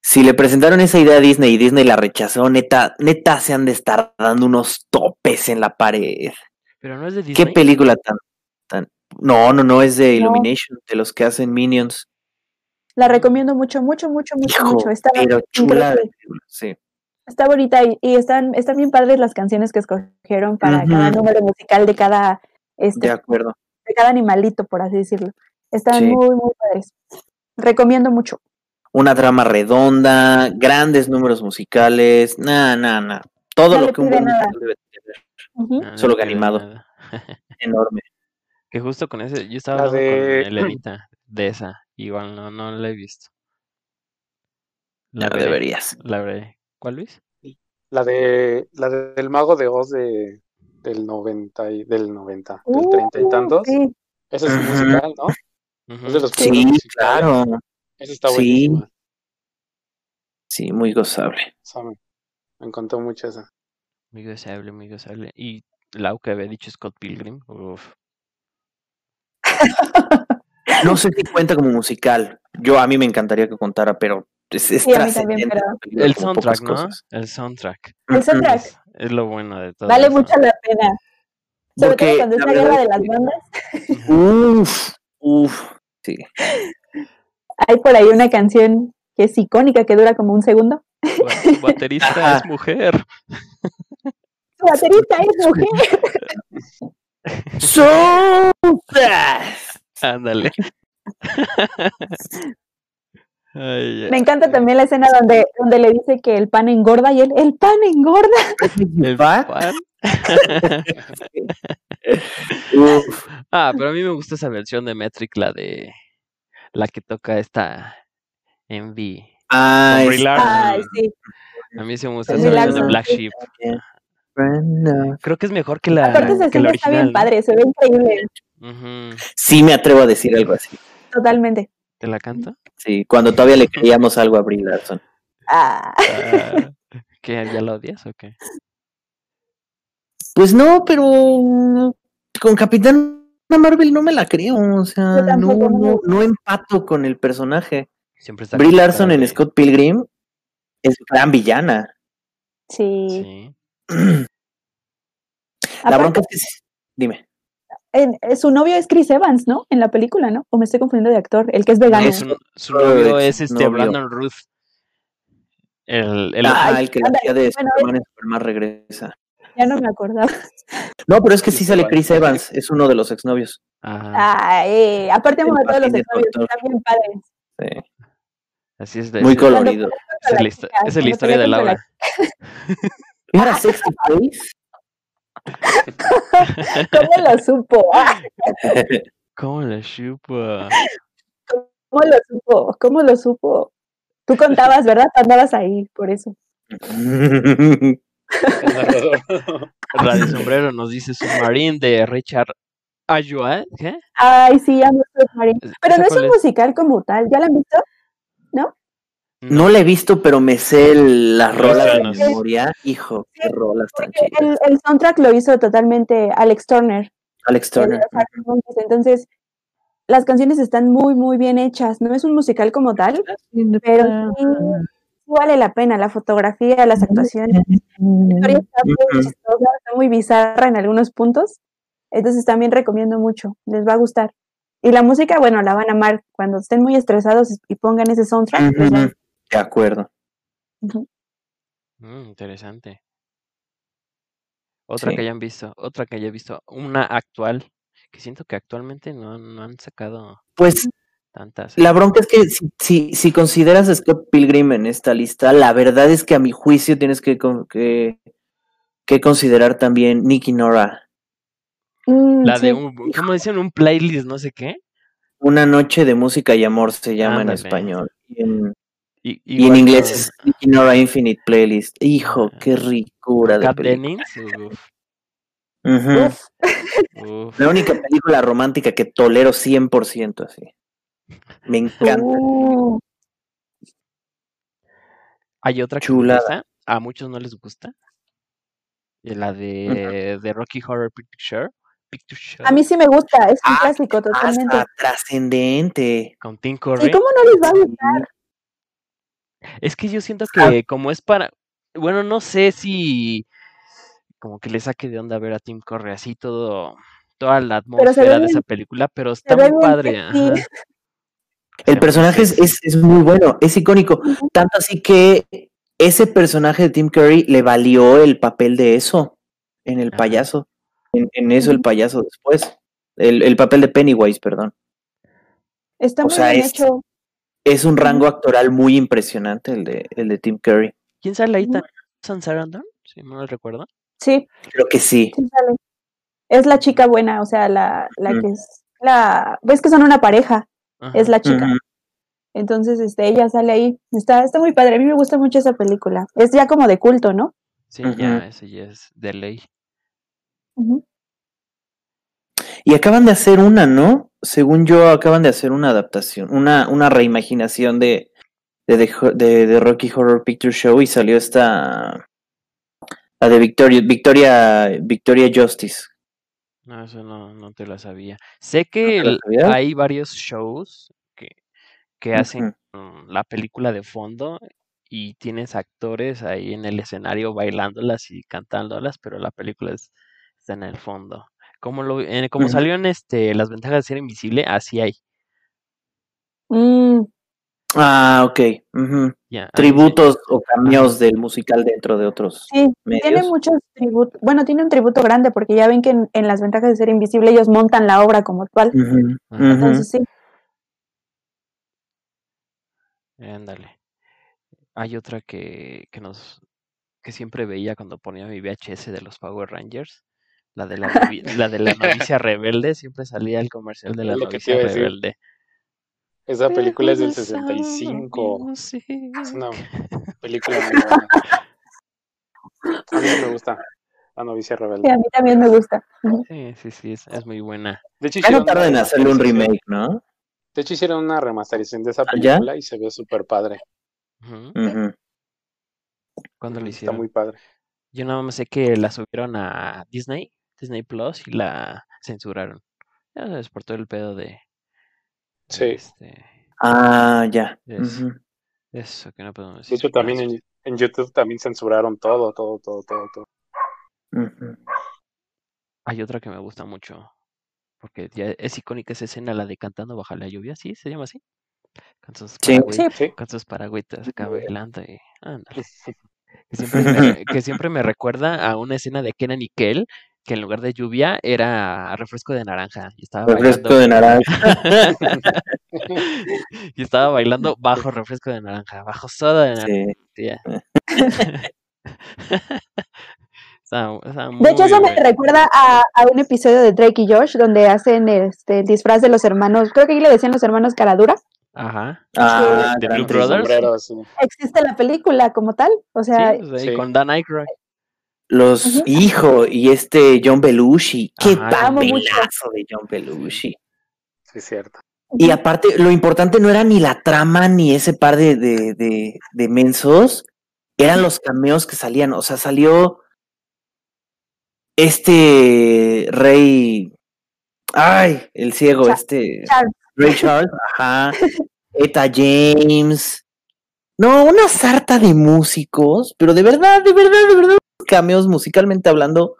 Speaker 5: Si le presentaron esa idea a Disney y Disney la rechazó, neta, neta se han de estar dando unos topes en la pared.
Speaker 2: Pero no es de
Speaker 5: ¿Qué
Speaker 2: Disney.
Speaker 5: película tan, tan- No, no, no, es de
Speaker 4: No.
Speaker 5: Illumination, de los que hacen Minions.
Speaker 4: La recomiendo mucho, mucho, mucho, mucho,
Speaker 5: Hijo,
Speaker 4: mucho. Está,
Speaker 5: pero chula de
Speaker 4: increíble,
Speaker 5: película, sí.
Speaker 4: está bonita y, y están, están bien padres las canciones que escogieron para cada
Speaker 5: Ujú.
Speaker 4: número musical de cada, este,
Speaker 5: De acuerdo.
Speaker 4: de cada animalito, por así decirlo. Están
Speaker 5: Sí.
Speaker 4: muy, muy padres. Recomiendo mucho.
Speaker 5: Una trama redonda, grandes números musicales, nah, nah, nah. Todo
Speaker 4: No
Speaker 5: lo
Speaker 4: le
Speaker 5: que un
Speaker 4: pide
Speaker 5: buen
Speaker 4: nada.
Speaker 5: musical debe tener.
Speaker 4: Ujú.
Speaker 2: Ah, no
Speaker 5: Solo
Speaker 2: me queda
Speaker 5: animado.
Speaker 2: nada.
Speaker 5: Enorme.
Speaker 2: Que justo con ese, yo estaba
Speaker 3: La
Speaker 2: hablando
Speaker 3: de-
Speaker 2: con Elenita de esa. Igual no, no la he visto. La
Speaker 5: No
Speaker 2: veré,
Speaker 5: deberías.
Speaker 2: la veré. ¿Cuál, Luis?
Speaker 3: La de la de- del mago de Oz de del 90 y del 90, del
Speaker 4: Uh,
Speaker 3: 30 y tantos.
Speaker 4: sí.
Speaker 3: Ese es un
Speaker 5: Ujú.
Speaker 3: musical, ¿no? Es de
Speaker 2: Ujú.
Speaker 3: los
Speaker 4: Sí.
Speaker 3: primeros
Speaker 5: Sí,
Speaker 3: musicales.
Speaker 5: claro.
Speaker 3: Esa está
Speaker 5: Sí.
Speaker 3: buenísima.
Speaker 5: Sí, muy gozable.
Speaker 3: O sea, me, me encantó
Speaker 5: [LAUGHS]
Speaker 3: mucho esa. [LAUGHS]
Speaker 2: Muy gozable, muy gozable. Y Lau que había dicho Scott Pilgrim. Uf.
Speaker 5: No sé si cuenta como musical. Yo a mí me encantaría que contara, pero es, es
Speaker 4: Sí, a mí también,
Speaker 5: trascendente
Speaker 4: pero-
Speaker 5: la película
Speaker 2: El
Speaker 5: como pocas
Speaker 2: soundtrack, ¿no?
Speaker 5: cosas.
Speaker 2: El soundtrack.
Speaker 4: El soundtrack
Speaker 2: Es, es lo bueno de todo.
Speaker 4: vale
Speaker 2: eso.
Speaker 4: mucho la pena. Sobre
Speaker 5: Porque
Speaker 4: todo cuando es
Speaker 5: la
Speaker 4: la
Speaker 5: verdad
Speaker 4: guerra
Speaker 5: es
Speaker 4: de las
Speaker 5: que-
Speaker 4: bandas.
Speaker 2: Ujú.
Speaker 5: Uf, uf. Sí.
Speaker 4: Hay por ahí una canción que es icónica, que dura como un segundo.
Speaker 2: Ba- Su baterista
Speaker 5: [LAUGHS]
Speaker 2: es
Speaker 5: Ajá.
Speaker 2: mujer.
Speaker 4: Su baterista es mujer.
Speaker 5: So fast.
Speaker 2: Ándale. Ay, ya.
Speaker 4: Me encanta también la escena donde, donde le dice que el pan engorda y él, el pan engorda.
Speaker 2: El pan.
Speaker 5: Uf.
Speaker 2: Ah, pero a mí me gusta esa versión de Metric, la de la que toca esta Envy.
Speaker 5: Ah,
Speaker 2: Con Brie
Speaker 5: es-
Speaker 2: Larson.
Speaker 4: Ay, sí.
Speaker 2: A mí sí me gusta
Speaker 4: Con
Speaker 2: esa
Speaker 4: Brie
Speaker 2: versión de
Speaker 4: Larson,
Speaker 2: Black
Speaker 4: sí.
Speaker 2: Sheep.
Speaker 5: Brenda.
Speaker 2: Creo que es mejor que la,
Speaker 4: Aparte, se
Speaker 2: que la
Speaker 4: siente, está bien
Speaker 2: original. ¿no?
Speaker 4: padre, se ve increíble,
Speaker 2: Ujú.
Speaker 5: Sí me atrevo a decir algo así.
Speaker 4: totalmente.
Speaker 2: ¿Te la
Speaker 4: [LAUGHS]
Speaker 2: canto?
Speaker 5: Sí, cuando todavía le creíamos algo a Brie Larson.
Speaker 4: Ah,
Speaker 2: Ah, ¿Qué? ¿Ya la odias o qué?
Speaker 5: Pues no, pero mm, con Capitán Marvel no me la creo. O sea,
Speaker 4: Yo
Speaker 5: no,
Speaker 4: tampoco,
Speaker 5: no,
Speaker 4: no.
Speaker 5: no empato con el personaje.
Speaker 2: Siempre está
Speaker 5: Brie
Speaker 2: con cara
Speaker 5: Larson en
Speaker 2: de-
Speaker 5: Scott Pilgrim es gran villana.
Speaker 4: sí.
Speaker 2: Sí.
Speaker 5: La
Speaker 4: Aparte,
Speaker 5: bronca es que sí- Dime.
Speaker 4: en- eh, su novio es Chris Evans, ¿no? En la película, ¿no? O me estoy confundiendo de actor, el que es
Speaker 2: No,
Speaker 4: vegano.
Speaker 2: su, su novio es este
Speaker 5: novio.
Speaker 2: Brandon Ruth. El, el-
Speaker 5: Ah,
Speaker 4: Ay,
Speaker 5: el que la
Speaker 4: ándale,
Speaker 5: hacía de
Speaker 4: bueno,
Speaker 5: Superman en Superman regresa.
Speaker 4: Ya no me acordaba.
Speaker 5: No, pero es que sí
Speaker 3: Chris
Speaker 5: sale
Speaker 3: Evans.
Speaker 5: Chris Evans, es uno de los exnovios.
Speaker 2: ajá,
Speaker 4: Ah, eh, aparte amo
Speaker 5: El
Speaker 4: a todos los
Speaker 5: patín de
Speaker 4: exnovios,
Speaker 5: doctor.
Speaker 4: están bien padres.
Speaker 5: sí,
Speaker 2: así es. de-
Speaker 5: muy
Speaker 2: esa-
Speaker 4: color-
Speaker 5: colorido.
Speaker 2: esa es la, histo- esa es la historia de Laura.
Speaker 5: ¿No
Speaker 4: Ah.
Speaker 5: ¿Era Sexy Face?
Speaker 4: ¿Cómo lo
Speaker 2: [LAUGHS]
Speaker 4: supo? Ah,
Speaker 2: ¿Cómo la
Speaker 5: [LAUGHS]
Speaker 2: chupa?
Speaker 4: ¿Cómo lo supo? ¿Cómo lo supo? Tú contabas, ¿verdad? Tú Andabas ahí, por eso. [LAUGHS]
Speaker 3: El narrador.
Speaker 2: Radio Sombrero nos dice Submarine de Richard Ayua. ¿Qué?
Speaker 4: Ay, sí, amo Submarine.
Speaker 2: ¿Esa
Speaker 4: Pero no es
Speaker 2: cuál
Speaker 4: un musical como tal, ¿ya la han visto?
Speaker 5: no la he visto, pero me sé el- las
Speaker 2: Los
Speaker 5: rolas de
Speaker 2: planos.
Speaker 5: memoria. Hijo, qué rolas tan
Speaker 4: Porque
Speaker 5: chidas.
Speaker 4: el, el soundtrack lo hizo totalmente Alex Turner.
Speaker 5: Alex
Speaker 4: el
Speaker 5: Turner.
Speaker 4: Arctic Monkeys, Entonces, las canciones están muy, muy bien hechas. No es un musical como tal, pero sí, sí vale la pena. La fotografía, las actuaciones. La historia está muy
Speaker 5: Ujú.
Speaker 4: chistosa, está muy bizarra en algunos puntos. Entonces, también recomiendo mucho. Les va a gustar. Y la música, bueno, la van a amar. Cuando estén muy estresados y pongan ese soundtrack, pues les va a
Speaker 5: Ujú, De acuerdo.
Speaker 2: Mm, interesante. Otra
Speaker 5: Sí.
Speaker 2: que hayan visto, otra que haya visto, una actual, que siento que actualmente no, han- no han sacado
Speaker 5: Pues
Speaker 2: tantas. ¿eh?
Speaker 5: la bronca es que si, si, si consideras a Scott Pilgrim en esta lista, la verdad es que a mi juicio tienes que, con- que, que considerar también Nicky Nora.
Speaker 4: Mm,
Speaker 2: La
Speaker 4: sí.
Speaker 2: de un, ¿cómo dicen? Un playlist, no sé qué.
Speaker 5: Una noche de música y amor se llama en
Speaker 2: Ándale.
Speaker 5: español. Y en,
Speaker 2: Y, eh,
Speaker 5: y en
Speaker 2: igual
Speaker 5: inglés
Speaker 2: con-
Speaker 5: es Nicky Nora Infinite Playlist. Hijo,
Speaker 2: Ah.
Speaker 5: qué
Speaker 2: con
Speaker 5: ricura de
Speaker 2: Kat
Speaker 5: película. [LAUGHS]
Speaker 2: Dennings. Uf,
Speaker 5: Ujú.
Speaker 4: Uf,
Speaker 2: uf.
Speaker 5: La única película romántica que tolero 100% así. Me encanta.
Speaker 4: uh,
Speaker 2: Hay otra que me
Speaker 5: Chulada.
Speaker 2: gusta, a muchos no les gusta. y La de, de Rocky Horror Picture Show. Picture Show,
Speaker 4: a mí sí me gusta, es un
Speaker 5: Ah,
Speaker 4: clásico totalmente.
Speaker 5: Hasta trascendente.
Speaker 2: Con Tim
Speaker 4: ¿Y
Speaker 2: Curry.
Speaker 4: cómo no les va a gustar?
Speaker 2: Es que yo siento
Speaker 5: Ah.
Speaker 2: que como es para... Bueno, no sé si... Como que le saque de onda ver a Tim Curry así todo... Toda la
Speaker 4: Pero se ve
Speaker 2: atmósfera de
Speaker 4: bien-
Speaker 2: esa película, pero
Speaker 4: se
Speaker 2: está
Speaker 4: ve
Speaker 2: muy
Speaker 4: bien
Speaker 2: padre.
Speaker 4: sexy.
Speaker 2: ajá. Está
Speaker 5: El
Speaker 2: muy
Speaker 5: personaje es,
Speaker 2: sexy.
Speaker 5: es- es muy bueno, es icónico.
Speaker 4: Ujú.
Speaker 5: Tanto así que ese personaje de Tim Curry le valió el papel de eso en el
Speaker 2: Ajá.
Speaker 5: payaso. En, en eso el
Speaker 4: Ujú.
Speaker 5: payaso después. El, el papel de Pennywise, perdón.
Speaker 4: Está
Speaker 5: O
Speaker 4: muy
Speaker 5: sea,
Speaker 4: bien
Speaker 5: es-
Speaker 4: hecho.
Speaker 5: Es un rango actoral muy impresionante el de, el de Tim Curry.
Speaker 2: ¿Quién sale ahí?
Speaker 4: Ujú.
Speaker 2: ¿San Sarandon? Si no mal recuerdo.
Speaker 4: Sí,
Speaker 5: Creo que sí.
Speaker 4: sí sale. Es la chica buena, o sea, la, la
Speaker 5: Ujú.
Speaker 4: que es la. Ves que son una pareja, es
Speaker 2: Mm. Ajá. Mm.
Speaker 4: la chica. Entonces, este, ella sale ahí. Está, está muy padre. A mí me gusta mucho esa película. Es ya como de culto, ¿no?
Speaker 2: Sí,
Speaker 5: Ujú.
Speaker 2: ya, ese ya es de ley.
Speaker 4: Ujú.
Speaker 5: Y acaban de hacer una, ¿no? Según yo, acaban de hacer una adaptación, una, una reimaginación de, de, The Ho- de- de Rocky Horror Picture Show y salió esta. La de Victoria, Victoria, Victoria Justice.
Speaker 2: No, eso no, no te la sabía. Sé que
Speaker 5: te la
Speaker 2: el-
Speaker 5: sabías?
Speaker 2: hay varios shows que, que hacen
Speaker 5: Ujú.
Speaker 2: mm, la película de fondo y tienes actores ahí en el escenario bailándolas y cantándolas, pero la película es- está en el fondo. Como lo en- como
Speaker 5: Ujú.
Speaker 2: salió en este Las ventajas de ser invisible, así
Speaker 4: [LAUGHS]
Speaker 2: hay.
Speaker 4: Mm,
Speaker 5: Ah, ok. ujú.
Speaker 2: Ya, ahí sí.
Speaker 5: Tributos o cameos del musical dentro de otros
Speaker 4: sí, tiene
Speaker 5: medios.
Speaker 4: muchos tributos. Bueno, tiene un tributo grande porque ya ven que en, en Las Ventajas de Ser Invisible ellos montan la obra como tal.
Speaker 5: Ujú,
Speaker 2: Ajá.
Speaker 5: ujú.
Speaker 4: Entonces, sí.
Speaker 2: Ándale. Hay otra que, que nos que siempre veía cuando ponía mi VHS de los Power Rangers. La de la, novi- la de la novicia rebelde, siempre salía el comercial de la
Speaker 3: Es lo que te
Speaker 2: novicia
Speaker 3: iba a decir.
Speaker 2: rebelde.
Speaker 3: Esa película es del
Speaker 2: Lejos de sound of
Speaker 3: 65.
Speaker 2: music.
Speaker 3: Es una película muy buena. A mí sí me gusta. La novicia
Speaker 4: Sí,
Speaker 3: rebelde.
Speaker 4: a mí también me gusta. Ujú.
Speaker 2: Sí, sí, sí, es, es muy buena.
Speaker 3: De hecho,
Speaker 5: Ya no
Speaker 3: hicieron
Speaker 5: tardan en
Speaker 3: una
Speaker 5: hacerle un
Speaker 3: remasterización-
Speaker 5: remake, ¿no?
Speaker 3: De hecho, hicieron una remasterización de esa
Speaker 5: ¿Ah, ya?
Speaker 3: película y se ve súper padre.
Speaker 2: Ujú.
Speaker 5: Ujú.
Speaker 2: ¿Cuándo lo
Speaker 3: Está
Speaker 2: hicieron?
Speaker 3: muy padre.
Speaker 2: Yo nada más sé que la subieron a Disney, Disney Plus, y la censuraron. Ya sabes, por todo el pedo de, de
Speaker 3: Sí.
Speaker 2: este,
Speaker 5: Ah, ya.
Speaker 2: Yes.
Speaker 5: Ujú.
Speaker 2: de eso que no podemos
Speaker 3: De
Speaker 2: decir.
Speaker 3: hecho, también en, en YouTube también censuraron todo, todo, todo, todo, todo.
Speaker 5: Ujú.
Speaker 2: Hay otra que me gusta mucho, porque ya es icónica esa escena, la de cantando bajo la lluvia, ¿sí? ¿Se llama así? Con sus,
Speaker 5: Sí.
Speaker 2: paragüe-
Speaker 4: Sí.
Speaker 3: Sí.
Speaker 2: con sus paragüitas acá bailando y
Speaker 4: [LAUGHS]
Speaker 2: ándale. Que siempre, me,
Speaker 5: Ujú.
Speaker 2: re- que siempre me recuerda a una escena de Kenan y Kel, que en lugar de lluvia era refresco de naranja y estaba
Speaker 5: Refresco
Speaker 2: bailando.
Speaker 5: de naranja.
Speaker 2: y estaba
Speaker 4: [LAUGHS]
Speaker 2: bailando bajo refresco de naranja, bajo soda de naranja.
Speaker 5: Sí.
Speaker 2: tía. estaba, estaba muy
Speaker 4: De hecho, eso me
Speaker 2: buena.
Speaker 4: recuerda a, a un episodio de Drake y Josh donde hacen este, el disfraz de los hermanos, creo que ahí le decían los hermanos Caradura.
Speaker 2: Ajá.
Speaker 5: Ah,
Speaker 2: ¿De
Speaker 5: gran
Speaker 2: Blue
Speaker 5: película.
Speaker 2: Brothers?
Speaker 3: Sombreros, sí.
Speaker 4: Existe la película como tal, o
Speaker 2: Sí,
Speaker 4: sea,
Speaker 2: pues ahí
Speaker 3: Sí.
Speaker 2: con Dan Aykroyd.
Speaker 5: Los
Speaker 4: Ujú.
Speaker 5: hijo y este John Belushi. Qué
Speaker 2: Ajá, John
Speaker 4: amo mucho.
Speaker 5: papelazo de John Belushi.
Speaker 3: Sí, es cierto.
Speaker 5: Y aparte, lo importante no era ni la trama ni ese par de, de, de, de mensos, eran los cameos que salían. O sea, salió este rey. Ay, el ciego,
Speaker 4: Cha-
Speaker 5: este.
Speaker 4: Charles. [LAUGHS]
Speaker 5: Ray Charles, ajá. Eta James. No, una sarta de músicos, pero de verdad, de verdad, de verdad, cameos musicalmente hablando,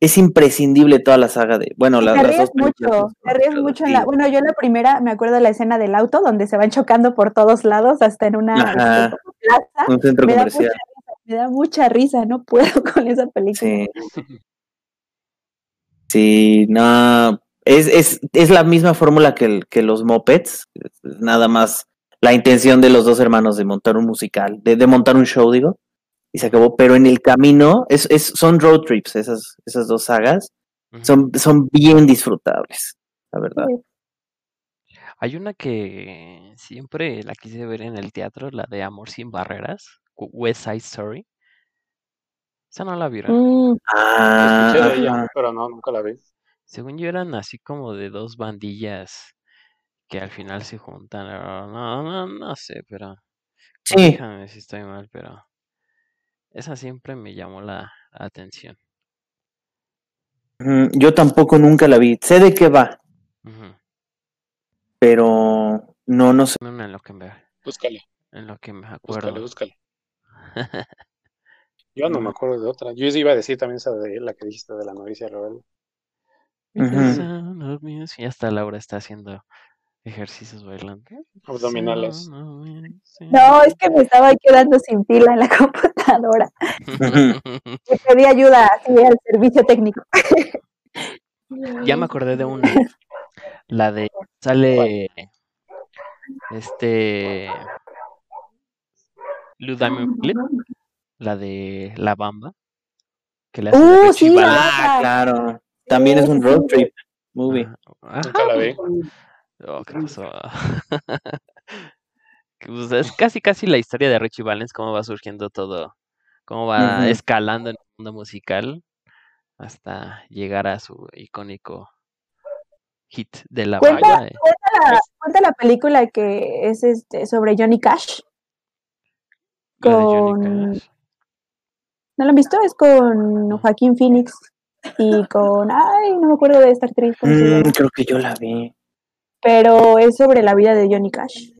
Speaker 5: es imprescindible toda la saga de. Bueno,
Speaker 4: Y
Speaker 5: la-
Speaker 4: te
Speaker 5: las dos
Speaker 4: ríes mucho,
Speaker 5: películas.
Speaker 4: te ríes mucho. En
Speaker 5: Sí.
Speaker 4: la, bueno, yo en la primera me acuerdo de la escena del auto donde se van chocando por todos lados hasta en una
Speaker 5: Ajá.
Speaker 4: este, como plaza.
Speaker 5: Un centro
Speaker 4: Me da, mucha,
Speaker 5: comercial.
Speaker 4: risa, me da mucha risa, no puedo [LAUGHS] con esa película.
Speaker 3: [LAUGHS]
Speaker 5: Sí. Sí, no. Es, es, es la misma fórmula que, el- que los mopeds. es- es Nada más la intención de los dos hermanos de montar un musical, de, de montar un show, digo. Y se acabó. Pero en el camino, es, es, son road trips, esas, esas dos sagas.
Speaker 2: Ujú.
Speaker 5: Son, son bien disfrutables, la verdad.
Speaker 4: Sí.
Speaker 2: Hay una que siempre la quise ver en el teatro, la de Amor sin barreras, Cu- West Side Story. Esa no la vieron.
Speaker 4: Mm,
Speaker 3: Escuché
Speaker 5: Ah,
Speaker 3: de ella,
Speaker 5: ajá.
Speaker 3: pero no, nunca la vi.
Speaker 2: Según yo eran así como de dos bandillas que al final se juntan. ah, No, no, no sé, pero
Speaker 5: Sí,
Speaker 2: corríjame si estoy mal, pero esa siempre me llamó la la atención.
Speaker 5: ujú, yo tampoco nunca la vi. Sé de qué va,
Speaker 2: Ujú.
Speaker 5: pero no, no sé.
Speaker 2: Bueno, en lo que me,
Speaker 3: Búscale,
Speaker 2: en lo que me
Speaker 3: búscale,
Speaker 2: acuerdo. [LAUGHS]
Speaker 3: búscale. Yo no me acuerdo de otra. Yo sí iba a decir también esa de la que dijiste de la novicia rebelde.
Speaker 2: Because
Speaker 5: Ujú.
Speaker 2: I'm not music. Y hasta Laura está haciendo ejercicios bailando. Because
Speaker 3: Abdominales.
Speaker 2: I'm not music.
Speaker 4: No, es que me estaba quedando sin pila en la [LAUGHS] computadora. Le pedí ayuda así al servicio técnico.
Speaker 2: Ah, Ya me acordé de una. La
Speaker 4: [LAUGHS]
Speaker 2: de sale este Lou Diamond Phillips, la de La Bamba, que le hace de
Speaker 4: Uh,
Speaker 2: Richie
Speaker 4: sí, la
Speaker 2: Valens.
Speaker 5: Ah,
Speaker 4: banda.
Speaker 5: claro. También es
Speaker 4: Sí,
Speaker 5: un
Speaker 4: sí, Ah,
Speaker 5: road
Speaker 4: sí.
Speaker 5: trip movie.
Speaker 2: Ajá. Ajá,
Speaker 3: Nunca la
Speaker 2: pues,
Speaker 3: vi.
Speaker 2: oh, ¿qué pasó? [LAUGHS] que, pues, es casi casi la historia de Richie Valens, cómo va surgiendo todo, cómo va
Speaker 5: Ujú.
Speaker 2: escalando en el mundo musical hasta llegar a su icónico hit de la
Speaker 4: Cuenta,
Speaker 2: bamba. eh.
Speaker 4: cuenta, la,
Speaker 3: Es-
Speaker 4: cuenta la película que es este sobre Johnny Cash.
Speaker 2: La de Johnny
Speaker 4: Con.
Speaker 2: Cash.
Speaker 4: ¿No lo han visto? Es con
Speaker 2: No.
Speaker 4: Joaquín Phoenix y con. Ay, no me acuerdo de esta actriz, ¿cómo se
Speaker 5: Mm,
Speaker 4: llama?
Speaker 5: creo que yo la vi.
Speaker 4: Pero es sobre la vida de Johnny Cash.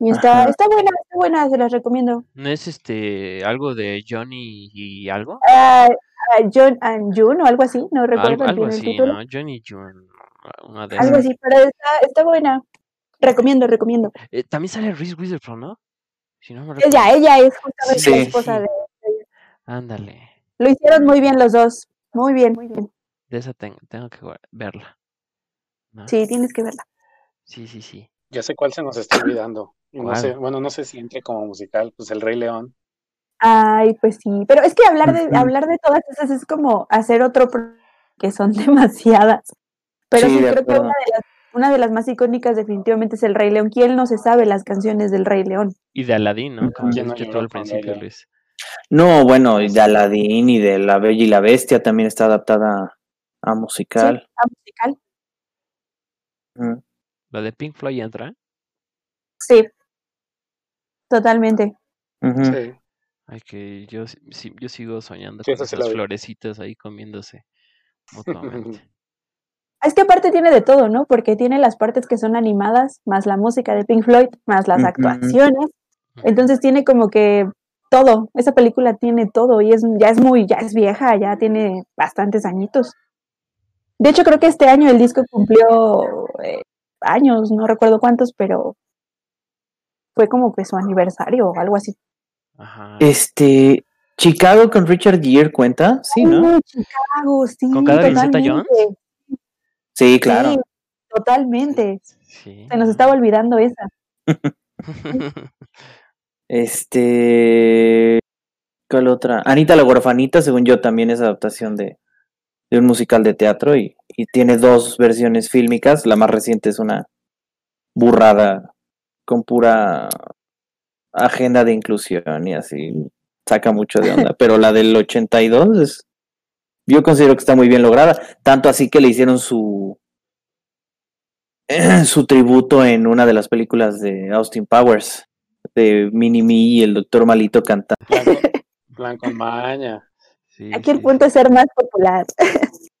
Speaker 4: Y está,
Speaker 5: Ajá.
Speaker 4: está buena, está buena, se las recomiendo.
Speaker 2: ¿No es este algo de Johnny y algo?
Speaker 4: Ah, ah, John and June o algo así, no
Speaker 2: Algo,
Speaker 4: recuerdo
Speaker 2: algo
Speaker 4: bien el
Speaker 2: así,
Speaker 4: título.
Speaker 2: ¿no? Johnny June, una de
Speaker 4: Algo
Speaker 2: esas.
Speaker 5: Ujú.
Speaker 4: así, pero está, está buena. Recomiendo, recomiendo.
Speaker 2: Eh, también sale Reese Witherspoon, ¿no? Si no me
Speaker 4: Ella,
Speaker 2: recuerdo.
Speaker 4: ella es justamente
Speaker 5: Sí,
Speaker 4: la
Speaker 5: sí,
Speaker 4: esposa
Speaker 2: sí.
Speaker 4: de.
Speaker 2: Ándale.
Speaker 4: Lo hicieron muy bien los dos. Muy bien, muy bien.
Speaker 2: De esa tengo, tengo que gua- verla. ¿no?
Speaker 4: Sí, tienes que verla.
Speaker 2: Sí, sí, sí.
Speaker 3: Ya sé cuál se nos está olvidando. Y No sé,
Speaker 2: ¿Cuál?
Speaker 3: bueno, no sé si entre como musical, pues El Rey León.
Speaker 4: Ay, pues sí. Pero es que hablar de,
Speaker 5: Ujú.
Speaker 4: hablar de todas esas es como hacer otro pro- que son [LAUGHS] demasiadas. Pero
Speaker 5: Sí,
Speaker 4: sí,
Speaker 5: de
Speaker 4: creo que una
Speaker 5: acuerdo.
Speaker 4: de, las, una de las más icónicas definitivamente es el Rey León. ¿Quién no se sabe las canciones del Rey León?
Speaker 2: Y de Aladdin, ¿no? Como
Speaker 5: Ujú.
Speaker 3: ¿Quién no
Speaker 2: dijiste tú
Speaker 3: lloró
Speaker 2: al
Speaker 3: con Rey
Speaker 2: principio,
Speaker 3: León?
Speaker 2: Luis.
Speaker 5: No, bueno, y de Aladdin y de La Bella y la Bestia también está adaptada a musical.
Speaker 4: ¿A musical?
Speaker 5: Mm.
Speaker 2: ¿La de Pink Floyd entra?
Speaker 4: Sí. Totalmente.
Speaker 2: Mm.
Speaker 5: Ujú.
Speaker 3: Sí.
Speaker 2: Ay, que yo, si- si- yo sigo soñando
Speaker 3: Sí,
Speaker 2: con
Speaker 3: esa sí la
Speaker 2: esas
Speaker 3: vi.
Speaker 2: florecitas ahí comiéndose
Speaker 3: [LAUGHS]
Speaker 2: mutuamente.
Speaker 4: Es que aparte tiene de todo, ¿no? Porque tiene las partes que son animadas, más la música de Pink Floyd, más las
Speaker 5: Ujú.
Speaker 4: actuaciones. Entonces tiene como que todo. Esa película tiene todo y es, ya es muy, ya es vieja, ya tiene bastantes añitos. De hecho, creo que este año el disco cumplió eh, años, no recuerdo cuántos, pero fue como que su aniversario o algo así.
Speaker 2: Ajá.
Speaker 5: Este, Chicago con Richard Gere cuenta, sí, ¿no?
Speaker 4: Ay, Chicago, sí,
Speaker 2: ¿Con Carla Liseta Jones?
Speaker 4: totalmente,
Speaker 5: Sí, claro.
Speaker 4: sí, totalmente.
Speaker 2: Sí,
Speaker 4: Se nos
Speaker 2: ¿no?
Speaker 4: estaba olvidando esa.
Speaker 5: Este, ¿cuál otra? Anita la huerfanita, según yo, también es adaptación de, de un musical de teatro y, y tiene dos versiones fílmicas. La más reciente es una burrada con pura agenda de inclusión y así saca mucho de onda. Pero la del 82 es, yo considero que está muy bien lograda. Tanto así que le hicieron su [CLEARS THROAT] su tributo en una de las películas de Austin Powers de Mini Me y el Doctor Malito cantando.
Speaker 3: Blanco, Blanco Maña.
Speaker 2: Sí,
Speaker 4: Aquí el
Speaker 2: sí,
Speaker 4: punto es ser más popular. [LAUGHS]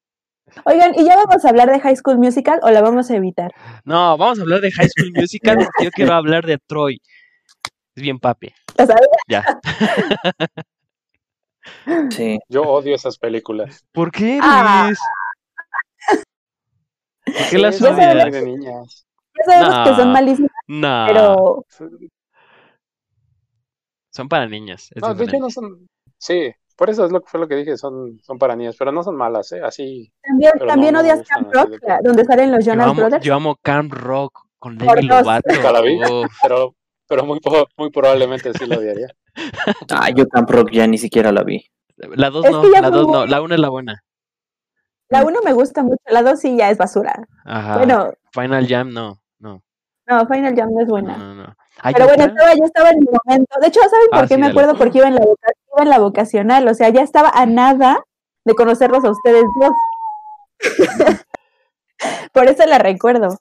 Speaker 4: Oigan, ¿y ya vamos a hablar de High School Musical o la vamos a evitar?
Speaker 2: sí. No, vamos a hablar de High School Musical porque yo quiero hablar de Troy. Es bien papi.
Speaker 4: ¿La sabes?
Speaker 5: Sí.
Speaker 3: Yo odio esas películas.
Speaker 2: ¿Por qué,
Speaker 4: Ah.
Speaker 2: Luis? ¿Por qué las
Speaker 3: Sí, son muy
Speaker 2: odias?
Speaker 3: de niñas.
Speaker 4: Ya sabemos que son
Speaker 2: No.
Speaker 4: malísimas,
Speaker 2: No,
Speaker 4: pero
Speaker 2: son para niñas. es
Speaker 3: No, pues de hecho
Speaker 2: diferente.
Speaker 3: no son. Sí, por eso es lo que fue lo que dije, son, son para niñas, pero no son malas, ¿eh? Así.
Speaker 4: también,
Speaker 3: Pero no
Speaker 4: también
Speaker 3: me
Speaker 4: odias
Speaker 3: gustan
Speaker 4: Camp
Speaker 3: así
Speaker 4: Rock,
Speaker 3: de
Speaker 4: la-
Speaker 3: plano.
Speaker 4: donde salen los
Speaker 2: Yo
Speaker 4: Jonas
Speaker 2: amo,
Speaker 4: Brothers.
Speaker 2: yo amo Camp Rock con
Speaker 4: Por
Speaker 2: Demi
Speaker 4: dos.
Speaker 2: Lovato.
Speaker 3: Nunca la vi.
Speaker 2: Uf,
Speaker 3: Pero, pero muy, po- muy probablemente sí lo odiaría. [LAUGHS]
Speaker 5: Ah, yo Camp Rock ya ni siquiera la vi.
Speaker 2: la dos
Speaker 4: Es
Speaker 2: no,
Speaker 4: que ya
Speaker 2: la
Speaker 4: fue
Speaker 2: dos
Speaker 4: muy-
Speaker 2: no, la una es la buena.
Speaker 4: La uno me gusta mucho, la dos sí ya es basura.
Speaker 2: Ajá.
Speaker 4: Bueno,
Speaker 2: Final Jam no, no,
Speaker 4: no, Final Jam no es
Speaker 2: no,
Speaker 4: buena.
Speaker 2: no, no. Hay
Speaker 4: Pero bueno,
Speaker 2: otra-
Speaker 4: estaba, yo estaba en mi momento. De hecho, ¿saben por
Speaker 2: Ah, sí,
Speaker 4: qué me
Speaker 2: dale.
Speaker 4: acuerdo? Porque iba en, la voca- iba en la vocacional, o sea, ya estaba a nada de conocerlos a ustedes dos. [LAUGHS] por eso la recuerdo.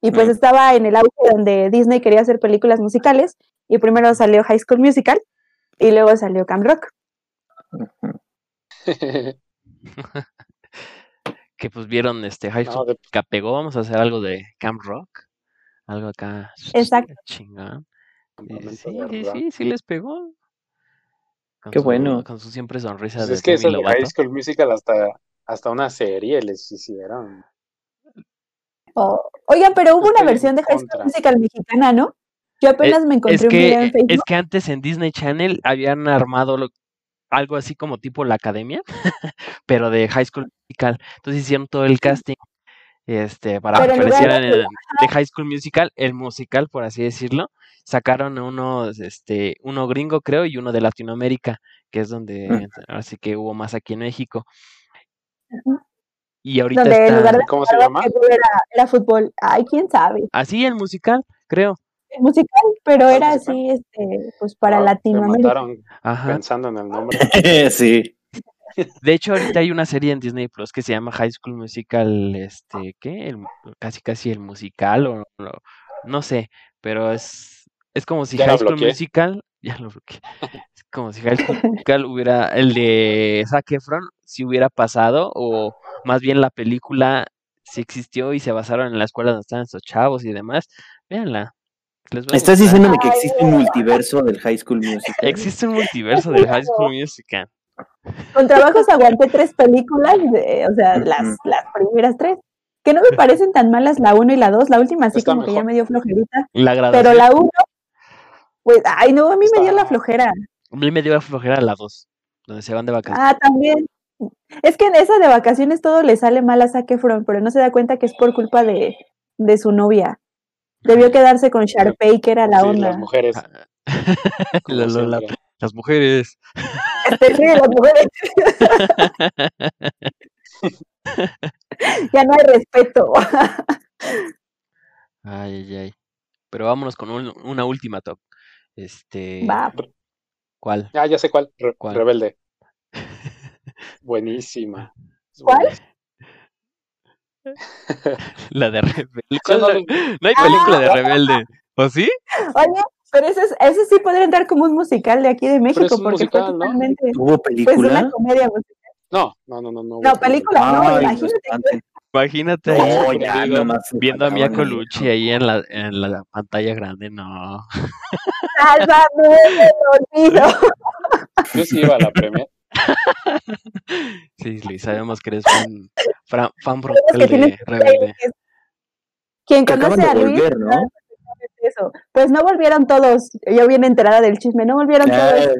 Speaker 4: Y pues
Speaker 5: Mm.
Speaker 4: estaba en el auge donde Disney quería hacer películas musicales y primero salió High School Musical y luego salió Camp Rock.
Speaker 5: Ujú. [LAUGHS]
Speaker 2: que pues vieron este High
Speaker 3: No,
Speaker 2: School
Speaker 3: de-
Speaker 2: que pegó, vamos a hacer algo de Camp Rock, algo acá
Speaker 4: Exacto.
Speaker 2: chingón. Y
Speaker 3: campamento
Speaker 2: sí,
Speaker 3: de
Speaker 2: sí,
Speaker 3: rock.
Speaker 2: sí, sí les pegó. Con
Speaker 5: Qué
Speaker 2: su,
Speaker 5: bueno.
Speaker 2: Con su siempre sonrisa
Speaker 3: Pues
Speaker 2: de
Speaker 3: es que
Speaker 2: Demi
Speaker 3: esas de High
Speaker 2: Lovato.
Speaker 3: School Musical hasta, hasta una serie les hicieron.
Speaker 4: O- Oigan, pero hubo
Speaker 3: Yo
Speaker 4: una
Speaker 3: estoy
Speaker 4: versión
Speaker 3: en
Speaker 4: de High School
Speaker 3: contra.
Speaker 4: Musical mexicana, ¿no? Yo apenas me
Speaker 2: Eh, Es
Speaker 4: encontré un video
Speaker 2: que,
Speaker 4: en
Speaker 2: eh, es
Speaker 4: Facebook.
Speaker 2: que antes en Disney Channel habían armado lo- algo así como tipo la academia, [LAUGHS] pero de High School Musical. Entonces hicieron todo el casting este, para
Speaker 4: Pero
Speaker 2: que
Speaker 4: en lugar
Speaker 2: aparecieran
Speaker 4: de-
Speaker 2: en, de High School Musical, el musical, por así decirlo. Sacaron a unos, este, uno gringo, creo, y uno de Latinoamérica, que
Speaker 4: Mm.
Speaker 2: es donde así que hubo más aquí en México.
Speaker 4: Ujú.
Speaker 2: Y ahorita
Speaker 4: Donde en lugar de
Speaker 2: está
Speaker 3: ¿Cómo se
Speaker 4: jugar
Speaker 3: llama?
Speaker 4: basquetbol era, era fútbol. Ay, quién sabe.
Speaker 2: así el musical, creo.
Speaker 4: El musical, pero
Speaker 3: ¿Cuál
Speaker 4: era
Speaker 3: musical?
Speaker 4: así, este, pues para
Speaker 3: Wow, te
Speaker 4: Latinoamérica.
Speaker 3: mataron
Speaker 2: Ajá.
Speaker 3: pensando en el nombre.
Speaker 5: sí.
Speaker 2: De hecho, ahorita hay una serie en Disney Plus que se llama High School Musical, este, ¿qué? El mu- casi casi el musical, o, lo- no sé, pero es, es como si
Speaker 3: Ya la
Speaker 2: High School
Speaker 3: bloqueé.
Speaker 2: Musical, [LAUGHS] ya lo bloqueé,
Speaker 3: [LAUGHS]
Speaker 2: es como si High School Musical hubiera, el de Zac Efron, si hubiera pasado, o más bien la película si existió y se basaron en la escuela donde estaban esos chavos y demás, véanla, les va a
Speaker 5: Estás
Speaker 2: gustar.
Speaker 5: diciéndome que existe un multiverso del High School Musical.
Speaker 2: Existe un multiverso del High School Musical.
Speaker 4: Con trabajos aguanté tres películas, de- o sea, las,
Speaker 5: Ujú.
Speaker 4: las primeras tres, que no me parecen tan malas la uno y la dos, la última sí
Speaker 3: Está
Speaker 4: como que ya
Speaker 3: mejor.
Speaker 4: me dio flojerita,
Speaker 2: La
Speaker 4: pero
Speaker 2: graduación,
Speaker 4: la uno, pues, ay no, a mí me dio la
Speaker 3: Está-
Speaker 4: flojera.
Speaker 2: a mí me dio a flojera la 2, donde se van de vacaciones.
Speaker 4: Ah, también. Es que en esa de vacaciones todo le sale mal a Zac Efron, pero no se da cuenta que es por culpa de, de su novia. Debió quedarse con Sharpay, que era [LAUGHS] la
Speaker 3: Sí, las
Speaker 4: onda.
Speaker 3: mujeres,
Speaker 2: Ah, [LAUGHS]
Speaker 3: como
Speaker 2: la- la- la-
Speaker 3: siempre.
Speaker 2: las mujeres.
Speaker 4: Este, sí,
Speaker 5: [LAUGHS]
Speaker 4: las mujeres, ya no hay respeto.
Speaker 2: Ay, ay, ay. Pero vámonos con un- una última top. Este,
Speaker 4: Va,
Speaker 2: ¿Cuál?
Speaker 3: Ah, ya sé cuál. Re-
Speaker 2: ¿Cuál?
Speaker 3: Rebelde. Buenísima.
Speaker 4: ¿Cuál?
Speaker 2: [LAUGHS] La de Rebelde.
Speaker 3: Yo no
Speaker 2: ¿Cuál?
Speaker 3: lo-
Speaker 2: No hay película de Rebelde. ¿O sí?
Speaker 4: Oye, pero ese, es- ese sí podría entrar como un musical de aquí de México,
Speaker 3: es un
Speaker 4: porque fue
Speaker 3: musical, ¿no?
Speaker 4: totalmente
Speaker 5: ¿Hubo
Speaker 4: pues una
Speaker 5: película?
Speaker 4: comedia musical.
Speaker 3: No, no, no, no. No,
Speaker 4: No, película, no,
Speaker 5: Ay,
Speaker 4: imagínate.
Speaker 5: bastante.
Speaker 2: Imagínate
Speaker 5: No,
Speaker 3: Sí,
Speaker 5: ya,
Speaker 3: digo,
Speaker 5: nomás se
Speaker 2: viendo a Mia
Speaker 5: faltaban ellos.
Speaker 2: Colucci ahí en la, en la pantalla grande. No.
Speaker 4: Sálvame del olvido.
Speaker 3: Yo sí iba a la premier.
Speaker 2: Sí, Luis, sabemos que eres fan, fra- fan
Speaker 4: Es que
Speaker 2: brutal de
Speaker 4: tienes- [LAUGHS]
Speaker 2: Rebelde.
Speaker 4: Quien
Speaker 5: Que acaban
Speaker 4: conoce
Speaker 5: de
Speaker 4: a Luis.
Speaker 5: volver, ¿no?
Speaker 4: sabe perfectamente Eso. Pues no volvieron todos. Yo bien enterada del chisme. No volvieron todos.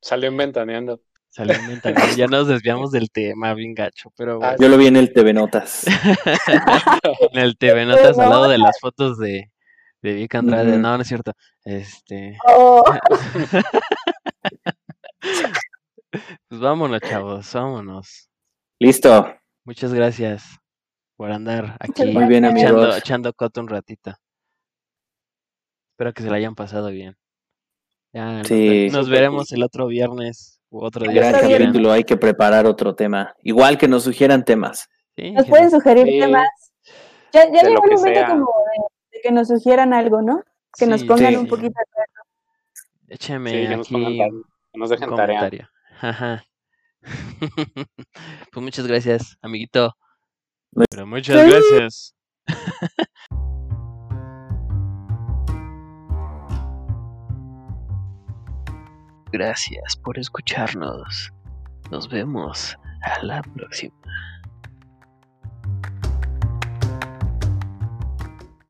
Speaker 3: Salió en Ventaneando.
Speaker 2: Salió en Ventaneando. Ya nos desviamos del tema, bien gacho, pero
Speaker 3: Ah,
Speaker 2: bueno.
Speaker 5: Yo lo vi en el TV
Speaker 2: [LAUGHS]
Speaker 5: Notas.
Speaker 2: en el TV Notas
Speaker 4: Pero
Speaker 2: al lado de las fotos de, de Vic Andrade.
Speaker 5: Ujú.
Speaker 2: No, no es cierto. Este,
Speaker 4: Oh,
Speaker 2: pues vámonos, chavos, vámonos.
Speaker 5: Listo.
Speaker 2: Muchas gracias por andar aquí
Speaker 5: Muy bien,
Speaker 2: echando,
Speaker 5: amigos.
Speaker 2: echando coto un ratito. Espero que se la hayan pasado bien. Ya, nos ve-
Speaker 5: Sí.
Speaker 2: nos, veremos el otro viernes u otro día.
Speaker 5: Gran
Speaker 2: si quieren.
Speaker 5: capítulo, hay que preparar otro tema. Igual que nos sugieran temas.
Speaker 2: Sí,
Speaker 4: nos
Speaker 2: que
Speaker 4: pueden
Speaker 2: nos-
Speaker 4: sugerir
Speaker 3: Sí.
Speaker 4: temas. Ya, ya
Speaker 3: De
Speaker 4: llegó
Speaker 3: lo
Speaker 4: un
Speaker 3: que
Speaker 4: momento
Speaker 3: sea.
Speaker 4: como de, de que nos sugieran algo, ¿no? Que nos
Speaker 2: sí,
Speaker 4: pongan
Speaker 5: sí,
Speaker 4: un
Speaker 2: sí.
Speaker 4: poquito de
Speaker 2: Écheme
Speaker 3: Sí, que nos,
Speaker 2: aquí
Speaker 3: pongan tan- que nos
Speaker 2: un
Speaker 3: dejen tarea.
Speaker 2: comentario. Ajá. [LAUGHS] pues muchas gracias, amiguito.
Speaker 5: Muy-
Speaker 2: Pero muchas
Speaker 4: Sí.
Speaker 2: gracias.
Speaker 1: Gracias por escucharnos. Nos vemos a la próxima.